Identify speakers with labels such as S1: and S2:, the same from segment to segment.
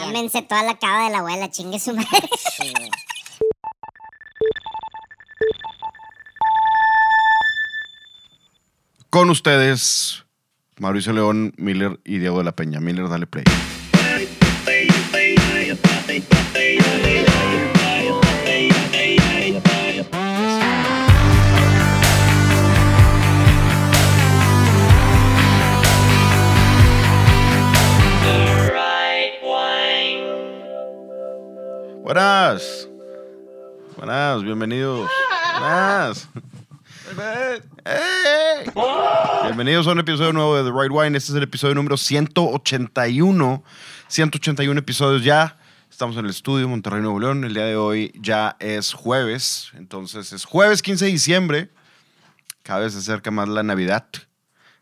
S1: Mámense toda la cava de la abuela, chingue su madre.
S2: Sí, güey.
S3: Con ustedes, Mauricio León, Miller y Diego de la Peña. Miller, dale play. Buenas. Buenas, bienvenidos. Buenas. ¡Ey! Bienvenidos a un episodio nuevo de The Right Wine. Este es el episodio número 181. 181 episodios ya. Estamos en el estudio Monterrey Nuevo León. El día de hoy ya es jueves. Entonces es jueves 15 de diciembre. Cada vez se acerca más la Navidad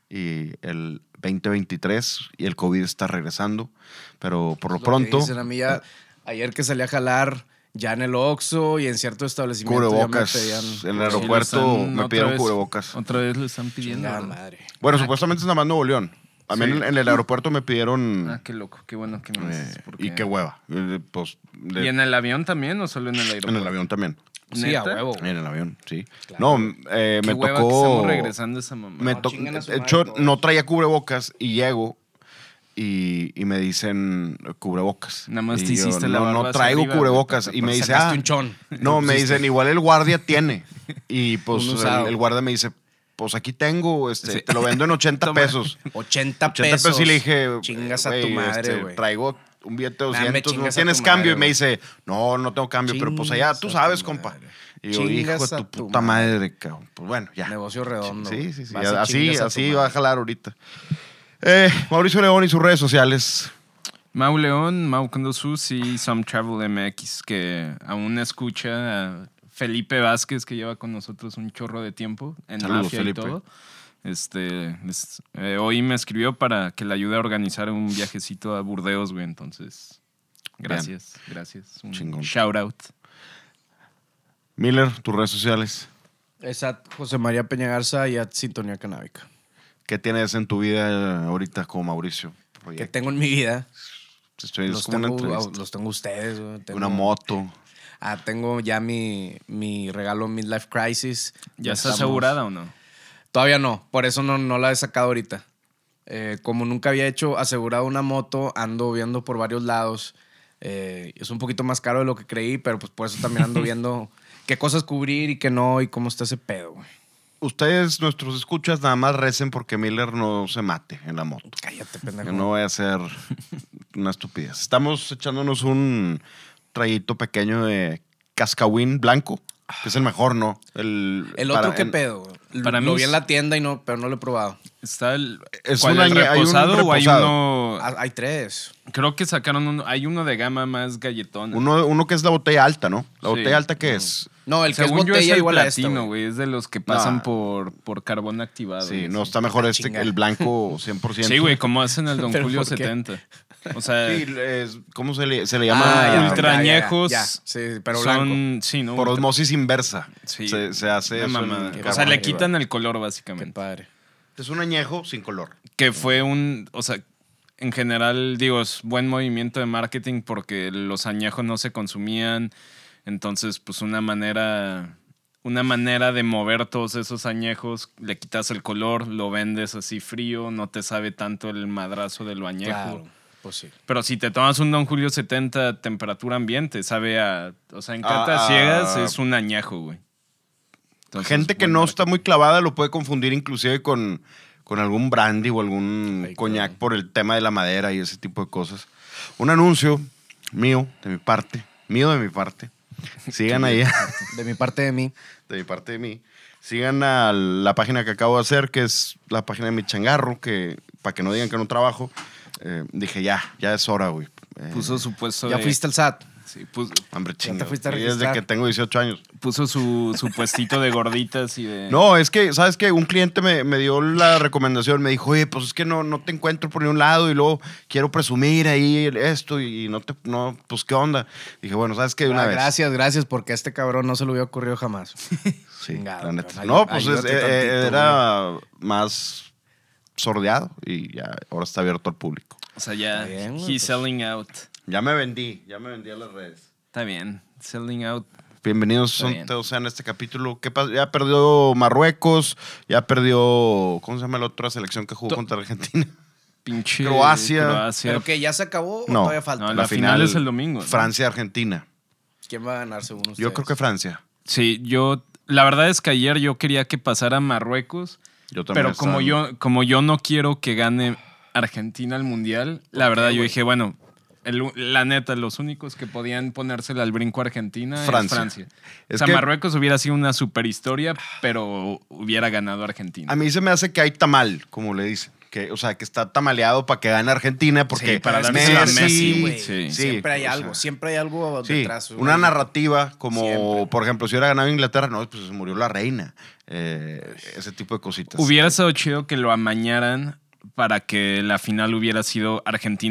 S3: y el 2023 y el COVID está regresando. Pero por lo,
S2: Lo que
S3: pronto.
S2: dicen a mí ya, ayer que salí a jalar ya en el Oxxo y en cierto establecimiento.
S3: Cubrebocas.
S2: ya me pedían-
S3: En el
S2: Sí,
S3: aeropuerto
S4: lo están
S3: me
S4: otra
S3: pidieron
S4: vez-
S3: cubrebocas.
S4: Otra vez lo están pidiendo.
S2: Chingada
S4: ¿verdad?
S2: madre.
S3: Bueno, supuestamente es nada más Nuevo León. A mí
S4: Ah, Sí.
S3: en, en el aeropuerto me pidieron.
S4: Ah, qué loco, qué bueno que me dices.
S3: eh,
S4: porque-
S3: y qué hueva. Eh, Pues, de-
S4: ¿Y en
S3: en,
S4: el avión también o solo en el aeropuerto?
S3: el, avión también.
S2: Sí, a
S4: ¿Neta?
S2: huevo. güey.
S3: En el avión, sí.
S2: Claro.
S3: No, eh,
S4: Qué
S3: me
S4: hueva que
S3: tocó.
S4: estamos regresando a esa mamá.
S3: Me
S2: No,
S3: to-
S2: chingan a su
S3: de
S2: madre
S3: hecho,
S2: todos.
S3: no traía cubrebocas y llego y, y me dicen cubrebocas.
S4: Nada más
S3: Y
S4: te
S3: yo,
S4: hiciste la
S3: no,
S4: barba
S3: No
S4: hacia
S3: traigo
S4: arriba,
S3: cubrebocas.
S4: güey,
S3: Y me
S4: para-
S3: dice,
S2: sacaste
S3: ah,
S2: un chon.
S3: No, me dicen, igual el guardia tiene. Y pues
S2: Un
S3: el,
S2: usado.
S3: el guardia me dice, pues aquí tengo, este,
S4: Sí.
S3: te lo vendo en 80
S4: Toma.
S3: pesos.
S2: 80,
S3: 80 pesos. y le dije,
S2: Chingas a tu
S3: "Güey,
S2: madre,
S3: este,
S2: güey.
S3: traigo un billete de
S2: Nah, me
S3: 200, no
S2: chingas a
S3: tienes
S2: tu
S3: cambio.
S2: madre,
S3: y me
S2: güey.
S3: dice, no, no tengo cambio, pero pues allá,
S2: Chingas
S3: tú
S2: a
S3: sabes,
S2: tu
S3: compa.
S2: madre.
S3: Y yo,
S2: Chingas
S3: hijo de
S2: a
S3: tu
S2: tu
S3: puta madre,
S2: madre".
S3: cabrón. Pues bueno, ya.
S2: Negocio redondo.
S3: Sí,
S2: güey.
S3: sí, sí.
S2: Vas y
S3: Así,
S2: chingas a tu
S3: así
S2: madre.
S3: va a jalar ahorita. Eh, Mauricio León y sus redes sociales.
S4: Mau León, Mau Condosus y Some Travel MX, que aún escucha a Felipe Vázquez, que lleva con nosotros un chorro de tiempo en
S3: Saludos,
S4: mafia
S3: Felipe.
S4: y todo. Este, les- eh, hoy me escribió para que le ayude a organizar un viajecito a Burdeos, güey. Entonces, gracias, gracias. Un
S3: Chingón.
S4: shout out.
S3: Miller, tus redes sociales.
S2: Es a José María Peña Garza y a Sintonía Canábica.
S3: ¿Qué tienes en tu vida eh, ahorita con Mauricio?
S2: Que tengo en mi vida.
S3: Estoy, es
S2: Los
S3: como una
S2: tengo,
S3: entrevista.
S2: los tengo ustedes. güey. Tengo-
S3: Una moto.
S2: Ah, tengo ya mi, mi regalo Midlife Crisis.
S4: ¿Ya está
S2: Estamos-
S4: asegurada o no?
S2: Todavía no, por eso no, no la he sacado ahorita. Eh, como nunca había hecho asegurado una moto, ando viendo por varios lados. Eh, es un poquito más caro de lo que creí, pero pues por eso también ando viendo qué cosas cubrir y qué no y cómo está ese pedo, güey.
S3: Ustedes, nuestros escuchas, nada más recen porque Miller no se mate en la moto.
S2: Cállate,
S3: Que
S2: pendejo.
S3: no vaya a ser una estupidez. Estamos echándonos un trayito pequeño de cascahuín blanco, que es el mejor, ¿no? El,
S2: El otro,
S3: para-
S2: ¿qué
S3: en-
S2: pedo? güey? Lo-
S4: Para mí
S2: lo
S4: es-
S2: vi en la tienda y no, pero no lo he probado.
S4: Está el,
S3: Es
S4: ¿cuál,
S3: un
S4: el
S3: añe- hay un
S4: reposado o hay
S3: reposado.
S4: uno.
S2: Ah, hay tres.
S4: Creo que sacaron uno. Hay uno de gama más galletón.
S3: Uno, uno que es la botella alta, ¿no? La
S4: Sí.
S3: botella alta que es.
S2: No, el
S4: Según
S2: que es
S4: yo es
S2: botella
S4: el
S2: igual a esta,
S4: platino,
S2: güey.
S4: güey. Es de los que pasan
S3: Nah.
S4: por, por carbón activado.
S3: Sí,
S4: güey,
S3: no,
S4: Ah, sí.
S3: está mejor este que
S2: chinga.
S3: el blanco 100%.
S4: Sí, güey, como hacen el Don
S2: ¿Pero
S4: Julio
S2: por qué?
S4: 70. O sea,
S3: Sí, es- ¿Cómo se le, se le llama?
S2: Ah, ya,
S3: Ultra-
S4: ultrañejos
S2: ya, ya, ya. Sí, pero
S4: son.
S2: blanco.
S4: Sí, ¿no?
S3: Por
S4: Ultra-
S3: osmosis inversa.
S4: Sí.
S3: Se, se hace. eso
S4: una
S3: en
S4: mamada.
S3: el
S4: O sea, le
S3: carbón.
S4: quitan el color,
S2: Qué
S4: básicamente.
S2: padre.
S3: Es un añejo sin color.
S4: Que fue un. O sea. En general, digo, es buen movimiento de marketing porque los añejos no se consumían. Entonces, pues una manera, una manera de mover todos esos añejos, le quitas el color, lo vendes así frío, no te sabe tanto el madrazo de lo añejo.
S2: Claro, pues sí.
S4: Pero si te tomas un Don Julio 70 a temperatura ambiente, sabe a... O sea, en
S3: A-
S4: catas
S3: a-
S4: ciegas es un añejo, güey. Entonces,
S3: Gente que
S4: bueno,
S3: no está muy clavada lo puede confundir inclusive con, con algún brandy o algún
S2: Ay,
S3: coñac
S2: cabrón.
S3: por el tema de la madera y ese tipo de cosas. Un anuncio mío, de mi parte, mío de mi parte. Sigan ahí,
S2: De mi parte de mí.
S3: de mi parte de mí. Sigan a la página que acabo de hacer, que es la página de mi changarro, que para que no digan que no trabajo, eh, dije ya, ya es hora, güey. Eh,
S4: pues,
S2: Pues,
S4: Puso su puesto
S2: Ya
S4: de-
S2: fuiste al SAT.
S4: sí, pus- puso,
S3: Hombre,
S2: te
S3: chinga.
S2: fuiste a
S3: güey, Desde
S2: registrar.
S3: que tengo 18 años.
S4: su, su puestito de gorditas y de...
S3: No, es que, ¿sabes qué? Un cliente me, me dio la recomendación, me dijo, oye, pues es que no, no te encuentro por ningún lado y luego quiero presumir ahí el- esto y no te, no, pues qué onda. Dije, bueno, ¿sabes qué? De Una
S2: Ah,
S3: vez.
S2: Gracias, gracias, porque a este cabrón no se le hubiera ocurrido jamás.
S3: Sí,
S2: Chingado,
S3: la neta.
S2: cabrón.
S3: No, pues es-
S2: Ayúdate
S3: eh, eh,
S2: tantito,
S3: era más sordeado y ya ahora está abierto al público.
S4: O sea, ya,
S2: Está bien, güey, pues.
S4: he's selling out.
S3: Ya me vendí, ya me vendí a las redes.
S4: Está bien. Selling out.
S3: Bienvenidos
S4: Está
S3: son
S4: bien.
S3: todos sean a este capítulo. ¿Qué pas- Ya perdió Marruecos, ya perdió, ¿cómo se llama la otra selección que jugó
S2: To-
S3: contra Argentina?
S4: Pinche.
S3: Croacia.
S4: Croacia.
S2: ¿Pero que ¿Ya se acabó o
S3: No.
S2: todavía falta?
S4: No, la final es el domingo, ¿no?
S3: Ah, Francia-Argentina.
S2: ¿Quién va a ganar según ustedes?
S3: Yo creo que Francia.
S4: Sí, yo. La verdad es que ayer yo quería que pasara Marruecos.
S3: Yo también
S4: Pero como
S3: estaba-
S4: yo, como yo no quiero que gane Argentina al Mundial, la verdad yo dije, bueno, el- la neta, los únicos que podían ponérsela al brinco a Argentina
S3: Francia.
S4: es Francia.
S3: Es
S4: o sea,
S3: que- Ah.
S4: Marruecos hubiera sido una super historia, pero hubiera ganado Argentina.
S3: A mí se me hace que hay tamal, como le dicen. Que, o sea, que está tamaleado para que gane Argentina porque
S4: Sí, para
S2: Es que
S4: Messi,
S2: se la-
S4: Messi,
S2: güey.
S4: sí.
S2: siempre hay
S3: o sea,
S2: algo, siempre hay algo
S3: Sí,
S2: detrás. güey.
S3: una narrativa como,
S2: Siempre.
S3: por ejemplo, si hubiera ganado Inglaterra, no, pues se murió la reina. Eh, ese tipo de cositas.
S4: Hubiera estado chido que lo amañaran para que la final hubiera sido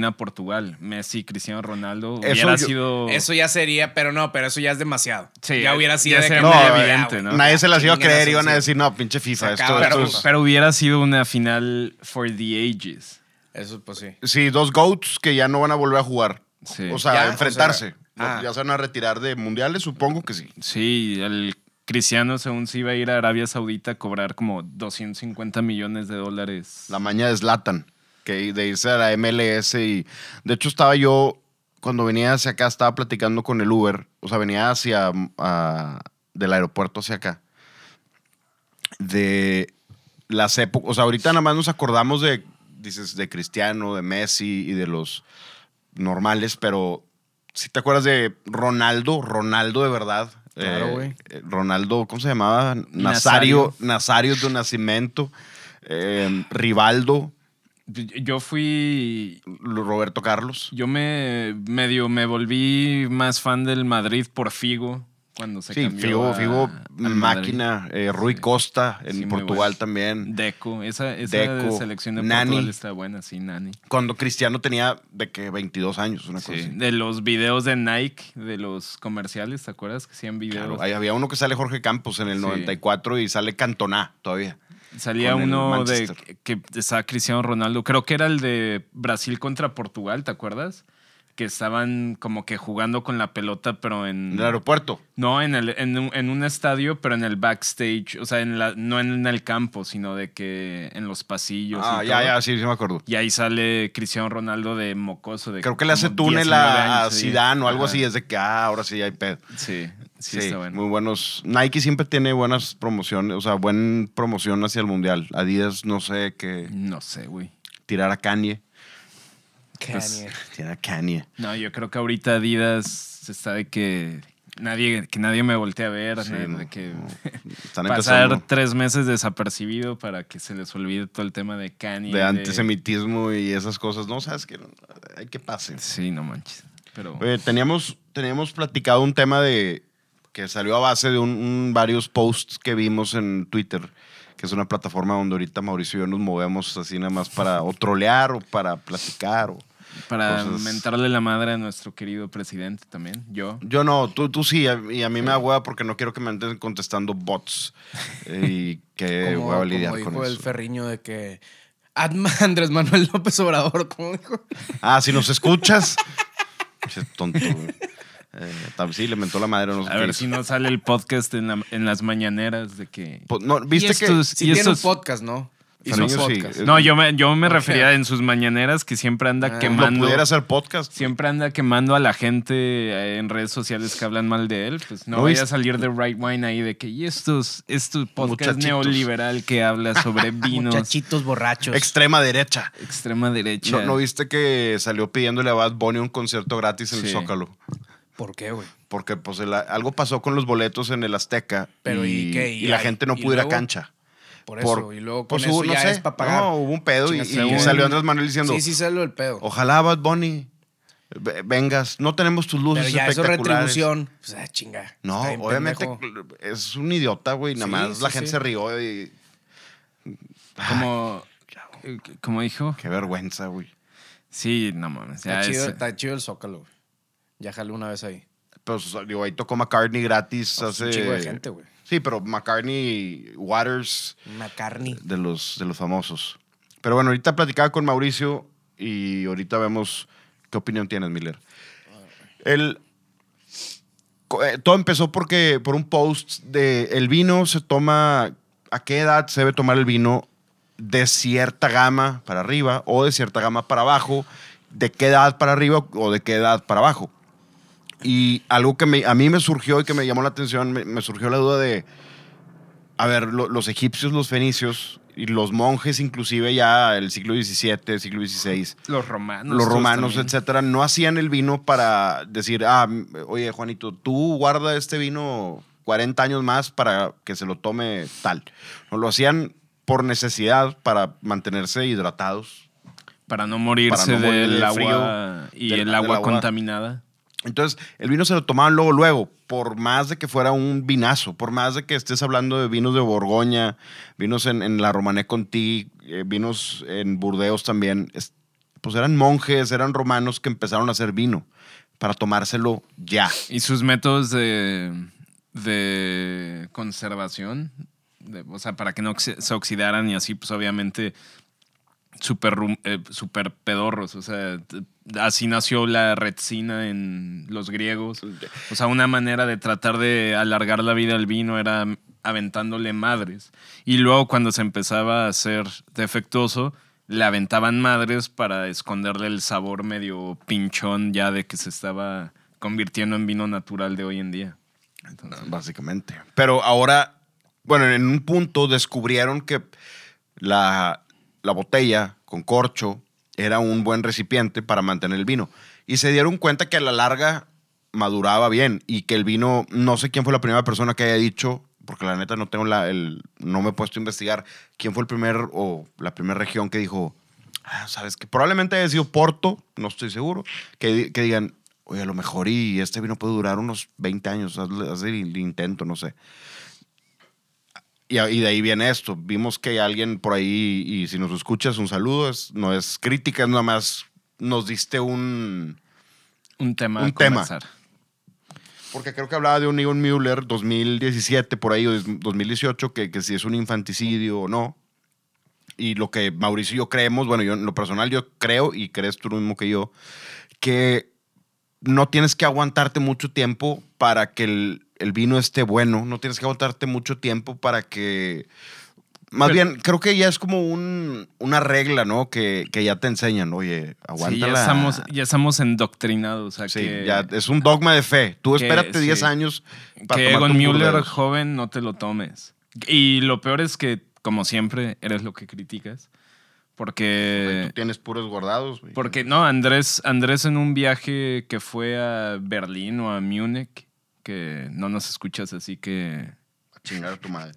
S4: Argentina-Portugal. Messi, Cristiano Ronaldo,
S3: Eso
S4: hubiera
S3: yo-
S4: sido...
S2: Eso ya sería, pero no, pero eso ya es demasiado.
S4: Sí,
S2: ya hubiera sido
S4: ya
S2: de que
S4: sería
S3: muy
S2: ya,
S4: evidente,
S2: güey,
S4: ¿no?
S3: Nadie se las iba a
S2: chingan
S3: creer, iban a
S2: Asensio.
S3: decir, no, pinche FIFA,
S2: Se
S3: esto,
S2: acaba,
S3: esto
S4: pero,
S3: es-
S4: pero hubiera sido una final for the ages.
S2: Eso pues sí.
S3: Sí, dos GOATs que ya no van a volver a jugar.
S4: Sí.
S3: O sea,
S2: ¿Ya?
S3: enfrentarse.
S2: O sea, ah.
S3: Ya se van a retirar de mundiales, supongo que sí.
S4: Sí, el Cristiano según se iba a ir a Arabia Saudita a cobrar como 250 millones de dólares.
S3: La maña de Zlatan, que de irse a la MLS y... De hecho, estaba yo, cuando venía hacia acá, estaba platicando con el Uber. O sea, venía hacia... a- del aeropuerto hacia acá. De las épocas... O sea, ahorita nada más nos acordamos de... Dices, de Cristiano, de Messi y de los normales, pero... Si te acuerdas de Ronaldo, Ronaldo de verdad.
S2: Claro,
S3: Eh,
S2: güey.
S3: eh, Ronaldo, ¿cómo se llamaba? Nazario,
S4: Nazario.
S3: Nazario de Nacimiento, eh, Rivaldo,
S4: Yo fui,
S3: Roberto Carlos.
S4: yo me medio me volví más fan del Madrid por Figo cuando se
S3: Sí,
S4: cambió
S3: Figo,
S4: a-
S3: Figo,
S4: al Madrid.
S3: máquina, eh, Rui Costa en
S4: Sí, muy
S3: Portugal
S4: bueno.
S3: también.
S4: Deco, esa, esa
S3: Deco,
S4: selección de
S3: Nani.
S4: Portugal está buena, sí, Nani.
S3: Cuando Cristiano tenía de que 22 años, una cosa
S4: Sí,
S3: así.
S4: De los videos de Nike, de los comerciales, ¿te acuerdas que hacían videos?
S3: Claro, ahí había uno que sale Jorge Campos en el
S4: Sí.
S3: 94 y sale Cantona todavía.
S4: Salía
S3: con el
S4: uno de
S3: Manchester.
S4: que que estaba Cristiano Ronaldo. Creo que era el de Brasil contra Portugal, ¿te acuerdas? Que estaban como que jugando con la pelota, pero en.
S3: En el aeropuerto.
S4: No, en, el, en, un, en un estadio, pero en el backstage. O sea, en la, no en el campo, sino de que en los pasillos.
S3: Ah,
S4: y
S3: ya,
S4: todo.
S3: ya, sí, sí me acuerdo.
S4: Y ahí sale Cristiano Ronaldo de mocoso. De
S3: Creo que le hace
S4: como
S3: túnel
S4: 19
S3: a,
S4: años,
S3: a
S4: sí.
S3: Zidane o algo
S4: Ajá.
S3: así, es de que, ah, ahora sí ya hay pedo.
S4: Sí, sí,
S3: Sí,
S4: está bueno.
S3: muy buenos. Nike siempre tiene buenas promociones, o sea, buena promoción hacia el mundial. Adidas, no sé, que
S4: No sé, güey.
S3: tirar a Kanye.
S4: Pues-
S2: Kanye.
S3: Tirar a Kanye.
S4: No, yo creo que ahorita Adidas está de que nadie, que nadie me voltee a ver,
S3: Sí,
S4: na- de
S3: no,
S4: que
S3: no. Están
S4: pasar
S3: empezando
S4: tres meses desapercibido para que se les olvide todo el tema de Kanye.
S3: de antisemitismo y esas cosas. No, sabes que hay que pase.
S4: Sí, no manches. Pero
S3: Oye, teníamos, teníamos platicado un tema de que salió a base de un, un- varios posts que vimos en Twitter, que es una plataforma donde ahorita Mauricio y yo nos movemos así nada más para o trolear o para platicar. O,
S4: para
S3: cosas-
S4: mentarle la madre a nuestro querido presidente también, yo.
S3: Yo no, tú, tú sí, a- y a mí me
S2: Eh.
S3: da hueva porque no quiero que me anden contestando bots. eh, Y que
S2: Como-
S3: hueva lidiar
S2: como dijo
S3: con
S2: el
S3: eso.
S2: Ferriño de que Atma- Andrés Manuel López Obrador, ¿cómo dijo?
S3: Ah, si nos escuchas. Ese tonto, güey. Eh, tam- sí, le mentó la madre. No, sé
S4: A
S3: qué
S4: ver
S3: hizo.
S4: si no sale el podcast en, la- en las mañaneras de que...
S3: Po- no, ¿Viste
S4: ¿Y
S3: que
S4: estos-
S2: Sí
S4: y
S2: tiene
S4: estos-
S2: un podcast, ¿no? Hizo un
S3: Ferriño, sí.
S2: podcast.
S3: Eh,
S4: No, yo me, yo me refería en sus mañaneras que siempre anda
S2: Ah.
S3: lo
S4: quemando...
S3: pudiera hacer podcast?
S4: siempre anda quemando a la gente eh, en redes sociales que hablan mal de él. Pues no,
S3: No,
S4: vaya
S3: es-
S4: a salir de Right Wine ahí de que, y estos, estos podcast
S3: Muchachitos.
S4: neoliberal que habla sobre vinos,
S2: Muchachitos borrachos.
S3: Extrema derecha.
S4: extrema derecha.
S3: ¿No, no viste que salió pidiéndole a Bad Bunny un concierto gratis en el
S4: Sí.
S3: Zócalo?
S2: ¿Por qué, güey?
S3: Porque pues el- algo pasó con los boletos en el Azteca
S2: Pero, ¿y qué? ¿Y
S3: la
S2: ahí-
S3: gente no
S2: y
S3: pudiera
S2: luego?
S3: cancha.
S2: Por eso.
S3: Por-
S2: y luego con
S3: pues,
S2: eso
S3: hubo- no
S2: ya
S3: sé.
S2: es para pagar.
S3: No, hubo un pedo y,
S2: Chingaste,
S3: y
S2: hubo un-
S3: salió Andrés Manuel diciendo,
S2: Sí, sí salió el pedo.
S3: ojalá Bad Bunny ve- vengas, no tenemos tus
S2: Pero
S3: luces
S2: ya eso es
S3: espectaculares.
S2: retribución. Pues, ah, chinga.
S3: no,
S2: Está bien
S3: obviamente
S2: pendejo.
S3: es un idiota, güey, nada
S2: Sí,
S3: más
S2: sí,
S3: la gente
S2: sí.
S3: se rió y
S4: Como, eh, como dijo.
S3: qué vergüenza, güey.
S4: Sí, no mames. ya
S2: Está chido,
S4: es- eh.
S2: está chido el Zócalo, güey. Ya jalé una vez ahí.
S3: Pero salió ahí tocó McCartney gratis
S2: Pues,
S3: hace
S2: Un chingo de gente, güey.
S3: Sí, pero McCartney Waters
S2: McCartney.
S3: de los de los famosos. Pero bueno, ahorita platicaba con Mauricio y ahorita vemos ¿Qué opinión tienes, Miller? El, co- eh, todo empezó porque por un post de el vino se toma, ¿a qué edad se debe tomar el vino? De cierta gama para arriba o de cierta gama para abajo, de qué edad para arriba o de qué edad para abajo. Y algo que me- a mí me surgió y que me llamó la atención, me, me surgió la duda de, a ver, lo- los egipcios, los fenicios y los monjes, inclusive ya el siglo XVII, siglo XVI,
S4: Los romanos.
S3: los
S4: todos
S3: romanos,
S4: también.
S3: etcétera, no hacían el vino para decir, ah, m- oye, Juanito, tú guarda este vino 40 años más para que se lo tome tal. No lo hacían por necesidad para mantenerse hidratados.
S4: Para no morirse
S3: Para no morir
S4: del
S3: del
S4: agua
S3: frío,
S4: y
S3: del-
S4: el
S3: del
S4: agua
S3: agua.
S4: contaminada.
S3: Entonces, el vino se lo tomaban luego, luego, por más de que fuera un vinazo, por más de que estés hablando de vinos de Borgoña, vinos en, en la Romané Conti, eh, vinos en Burdeos también, es- pues eran monjes, eran romanos que empezaron a hacer vino para tomárselo ya.
S4: Y sus métodos de, de conservación, de- o sea, para que no oxi- se oxidaran y así, pues obviamente súper rum- eh, súper pedorros. O sea, t- así nació la retzina en los griegos. O sea, una manera de tratar de alargar la vida al vino era aventándole madres. Y luego cuando se empezaba a ser defectuoso, le aventaban madres para esconderle el sabor medio pinchón ya de que se estaba convirtiendo en vino natural de hoy en día. Entonces,
S3: Básicamente. Pero ahora, bueno, en un punto descubrieron que la, la botella con corcho era un buen recipiente para mantener el vino. Y se dieron cuenta que a la larga maduraba bien y que el vino, no sé quién fue la primera persona que haya dicho, porque la neta no tengo la, el, no me he puesto a investigar quién fue el primer o la primera región que dijo, ah, sabes que probablemente haya sido Porto, no estoy seguro, que, di- que digan, oye, a lo mejor y este vino puede durar unos 20 años, hazle- haz el, el intento, no sé. Y, a- y de ahí viene esto. Vimos que alguien por ahí, y si nos escuchas, un saludo, es- no es crítica, es nada más nos diste un...
S4: un tema. a
S3: Un tema.
S4: conversar.
S3: Porque creo que hablaba de un Egon Müller 2017, por ahí, o es- 2018, que, que si es un infanticidio o no. Y lo que Mauricio y yo creemos, bueno, yo en lo personal yo creo, y crees tú lo mismo que yo, que no tienes que aguantarte mucho tiempo para que el, el vino esté bueno, no tienes que aguantarte mucho tiempo para que... Más
S4: Pero-
S3: bien, creo que ya es como un, una regla, ¿no? Que, que ya te enseñan, oye,
S4: Sí,
S3: aguántala.
S4: ya estamos, ya estamos endoctrinados. a
S3: Sí,
S4: que-
S3: ya es un dogma de fe. Tú
S4: que-
S3: espérate 10
S4: sí.
S3: años para
S4: que
S3: tomar
S4: Egon
S3: tus
S4: Müller
S3: burdeos.
S4: joven no te lo tomes. Y lo peor es que, como siempre, eres lo que criticas.
S3: Güey,
S4: Porque,
S3: Tú tienes puros guardados, güey.
S4: porque no, Andrés, Andrés en un viaje que fue a Berlín o a Múnich, que no nos escuchas, así que
S3: A chingar a tu madre.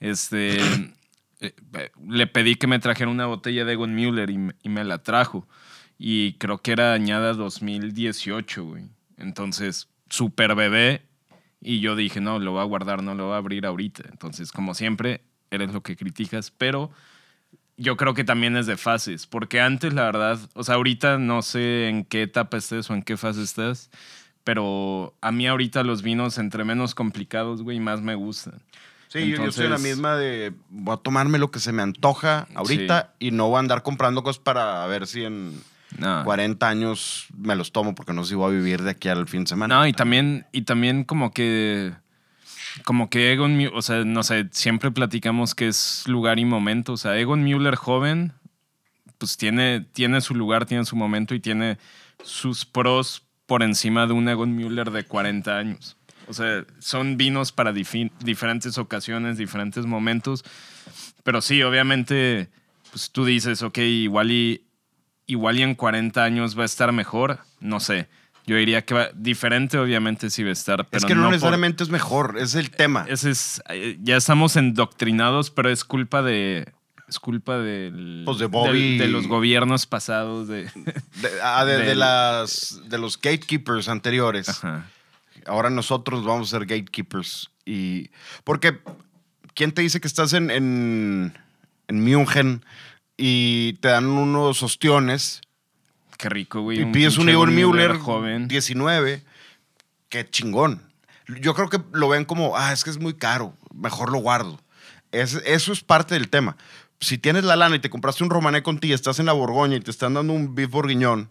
S4: este, eh, eh, le pedí que me trajera una botella de Egon Müller y, me- y me la trajo. Y creo que era añada 2018, güey. Entonces, super bebé. Y yo dije, no, lo voy a guardar, no lo voy a abrir ahorita. Entonces, como siempre, eres lo que criticas, pero yo creo que también es de fases, porque antes, la verdad, o sea, ahorita no sé en qué etapa estés o en qué fase estás, pero a mí ahorita los vinos, entre menos complicados, güey, más me gustan.
S3: Sí, yo- yo soy la
S4: Entonces-
S3: misma de voy a tomarme lo que se me antoja ahorita y no voy a andar comprando cosas para ver si en
S4: No.
S3: 40 años me los tomo porque no sé si voy a vivir de aquí al fin de semana.
S4: No, y también, y también como que. Como que Egon Mu- o sea, no sé, siempre platicamos que es lugar y momento. O sea, Egon Müller joven, pues tiene, tiene su lugar, tiene su momento y tiene sus pros por encima de un Egon Müller de 40 años. O sea, son vinos para difi- diferentes ocasiones, diferentes momentos. Pero sí, obviamente, pues tú dices, ok, igual y, igual y en 40 años va a estar mejor. No sé. Yo diría que va diferente, obviamente, sí va a estar. Pero
S3: es que no,
S4: por-
S3: necesariamente es mejor, es el tema.
S4: ese es, eh, ya estamos endoctrinados, pero es culpa de. Es culpa del,
S3: Pues de Bobby.
S4: del- de los gobiernos pasados. De,
S3: de, ah, de- de
S4: del-
S3: las, de los gatekeepers anteriores.
S4: Ajá.
S3: Ahora nosotros vamos a ser gatekeepers. Y. Porque. ¿Quién te dice que estás en. en, en München y te dan unos ostiones?
S4: Qué rico, güey.
S3: Y pides un
S4: pinche
S3: Egon Müller
S4: joven.
S3: 19. Qué chingón. Yo creo que lo ven como, ah, es que es muy caro, mejor lo guardo. Es, eso es parte del tema. Si tienes la lana y te compraste un romané con ti, estás en la Borgoña y te están dando un beef bourguignon,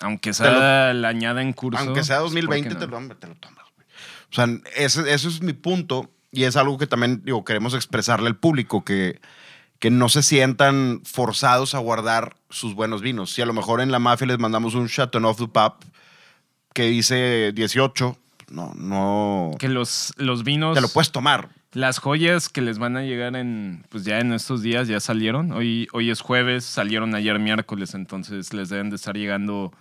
S4: Aunque sea la añada en curso.
S3: Aunque sea
S4: pues, ¿por qué
S3: 2020,
S4: no?
S3: te, lo, te lo tomas. güey. O sea, ese, ese es mi punto y es algo que también digo, queremos expresarle al público, que, que no se sientan forzados a guardar sus buenos vinos. Si a lo mejor en la mafia les mandamos un Chateauneuf du Pape que dice 18, no, no...
S4: Que los, los vinos.
S3: Te lo puedes tomar.
S4: Las joyas que les van a llegar en, pues ya en estos días ya salieron. Hoy, hoy es jueves, salieron ayer miércoles, entonces les deben de estar llegando,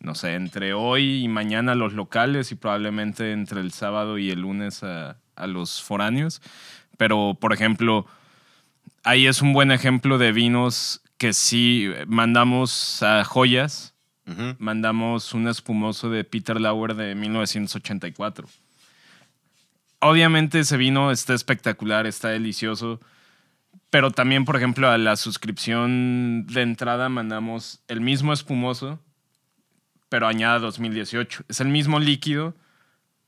S4: no sé, entre hoy y mañana a los locales y probablemente entre el sábado y el lunes a, a los foráneos. Pero, por ejemplo, ahí es un buen ejemplo de vinos que sí mandamos a joyas,
S3: Ujú.
S4: mandamos un espumoso de Peter Lauer de 1984. Obviamente ese vino está espectacular, está delicioso, pero también, por ejemplo, a la suscripción de entrada mandamos el mismo espumoso, pero añada 2018. Es el mismo líquido,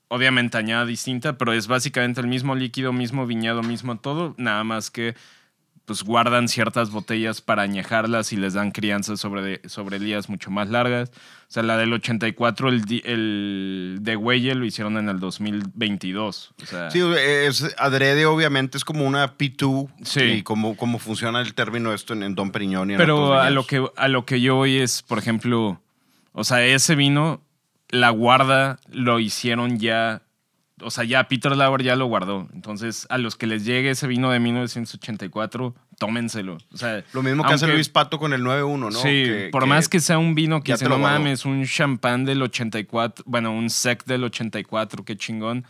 S4: obviamente añada distinta, pero es básicamente el mismo líquido, mismo viñedo, mismo todo, nada más que pues guardan ciertas botellas para añejarlas y les dan crianzas sobre, sobre lías mucho más largas. O sea, la del 84, el, di- el de Güelle lo hicieron en el 2022. O sea,
S3: Sí, es adrede, obviamente, es como una P2
S4: Sí.
S3: y cómo, cómo funciona el término esto en, en Don Periñón y en
S4: Pero
S3: otros
S4: a
S3: viñedos.
S4: lo, que, a lo que yo voy es, por ejemplo, o sea, ese vino, la guarda lo hicieron ya, o sea, ya Peter Lauer ya lo guardó. Entonces, a los que les llegue ese vino de 1984, tómenselo. O sea,
S3: Lo mismo que hace
S4: aunque-
S3: Luis Pato con el 9-1, ¿no?
S4: Sí, por más que sea un vino que
S3: ya
S4: dice,
S3: te lo
S4: no
S3: guardó".
S4: mames, un champán del 84, bueno, un sec del 84, qué chingón.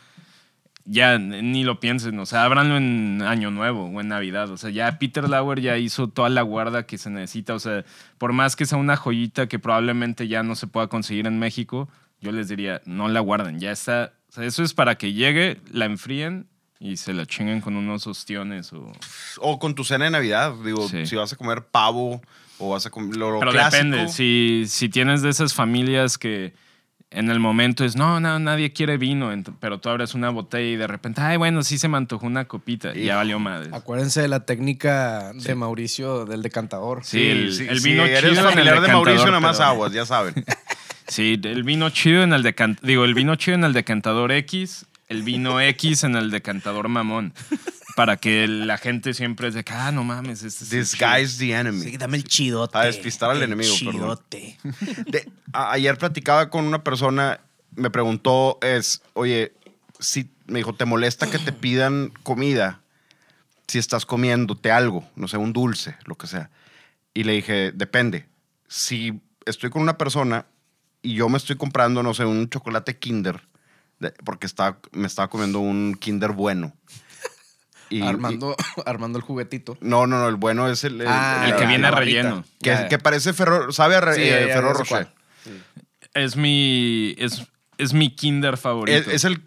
S4: Ya n- ni lo piensen, o sea, ábranlo en Año Nuevo o en Navidad. O sea, ya Peter Lauer ya hizo toda la guarda que se necesita. O sea, por más que sea una joyita que probablemente ya no se pueda conseguir en México, yo les diría, no la guarden, ya está. O sea, eso es para que llegue, la enfríen y se la chinguen con unos ostiones o.
S3: O con tu cena de Navidad, digo,
S4: Sí.
S3: si vas a comer pavo o vas a comer lo, lo
S4: Pero
S3: clásico.
S4: depende, si, si tienes de esas familias que en el momento es, no, no, nadie quiere vino, ent- pero tú abres una botella y de repente, ay, bueno, sí se me antojó una copita, y ya
S3: Hijo.
S4: valió madre.
S2: Acuérdense de la técnica de Mauricio del decantador.
S4: Sí, el,
S3: Sí,
S4: el
S3: sí,
S4: vino
S3: eres
S4: chido. en el
S3: familiar de
S4: decantador,
S3: Mauricio, nada más
S4: pero-
S3: aguas, ya saben.
S4: Sí, el vino chido en el decantador, digo, el vino chido en el decantador X, el vino X en el decantador mamón, para que la gente siempre es de que, ah, no mames, este es el chido".
S3: Disguise the enemy.
S5: Sí, dame el chidote.
S3: A despistar al
S5: el
S3: enemigo, perdón.
S5: chidote.
S3: De- a- ayer platicaba con una persona, me preguntó, es, oye, si, me dijo, ¿te molesta que te pidan comida si estás comiéndote algo? No sé, un dulce, lo que sea. Y le dije, depende. Si estoy con una persona y yo me estoy comprando, no sé, un chocolate Kinder, de- porque estaba, me estaba comiendo un Kinder bueno. Y- y-
S2: Armando, armando el juguetito.
S3: no, no, no, el bueno es el... el-
S2: Ah,
S4: el que
S2: la-
S4: viene
S2: la barrita.
S4: relleno.
S3: Que,
S2: Ya,
S3: que parece Ferrero, sabe a re-
S2: Sí,
S3: eh,
S2: ya, ya, ya
S3: Ferrero
S2: sé
S3: Rocher.
S2: cuál.
S4: Es mi, es, es mi kinder favorito.
S3: Es, es el.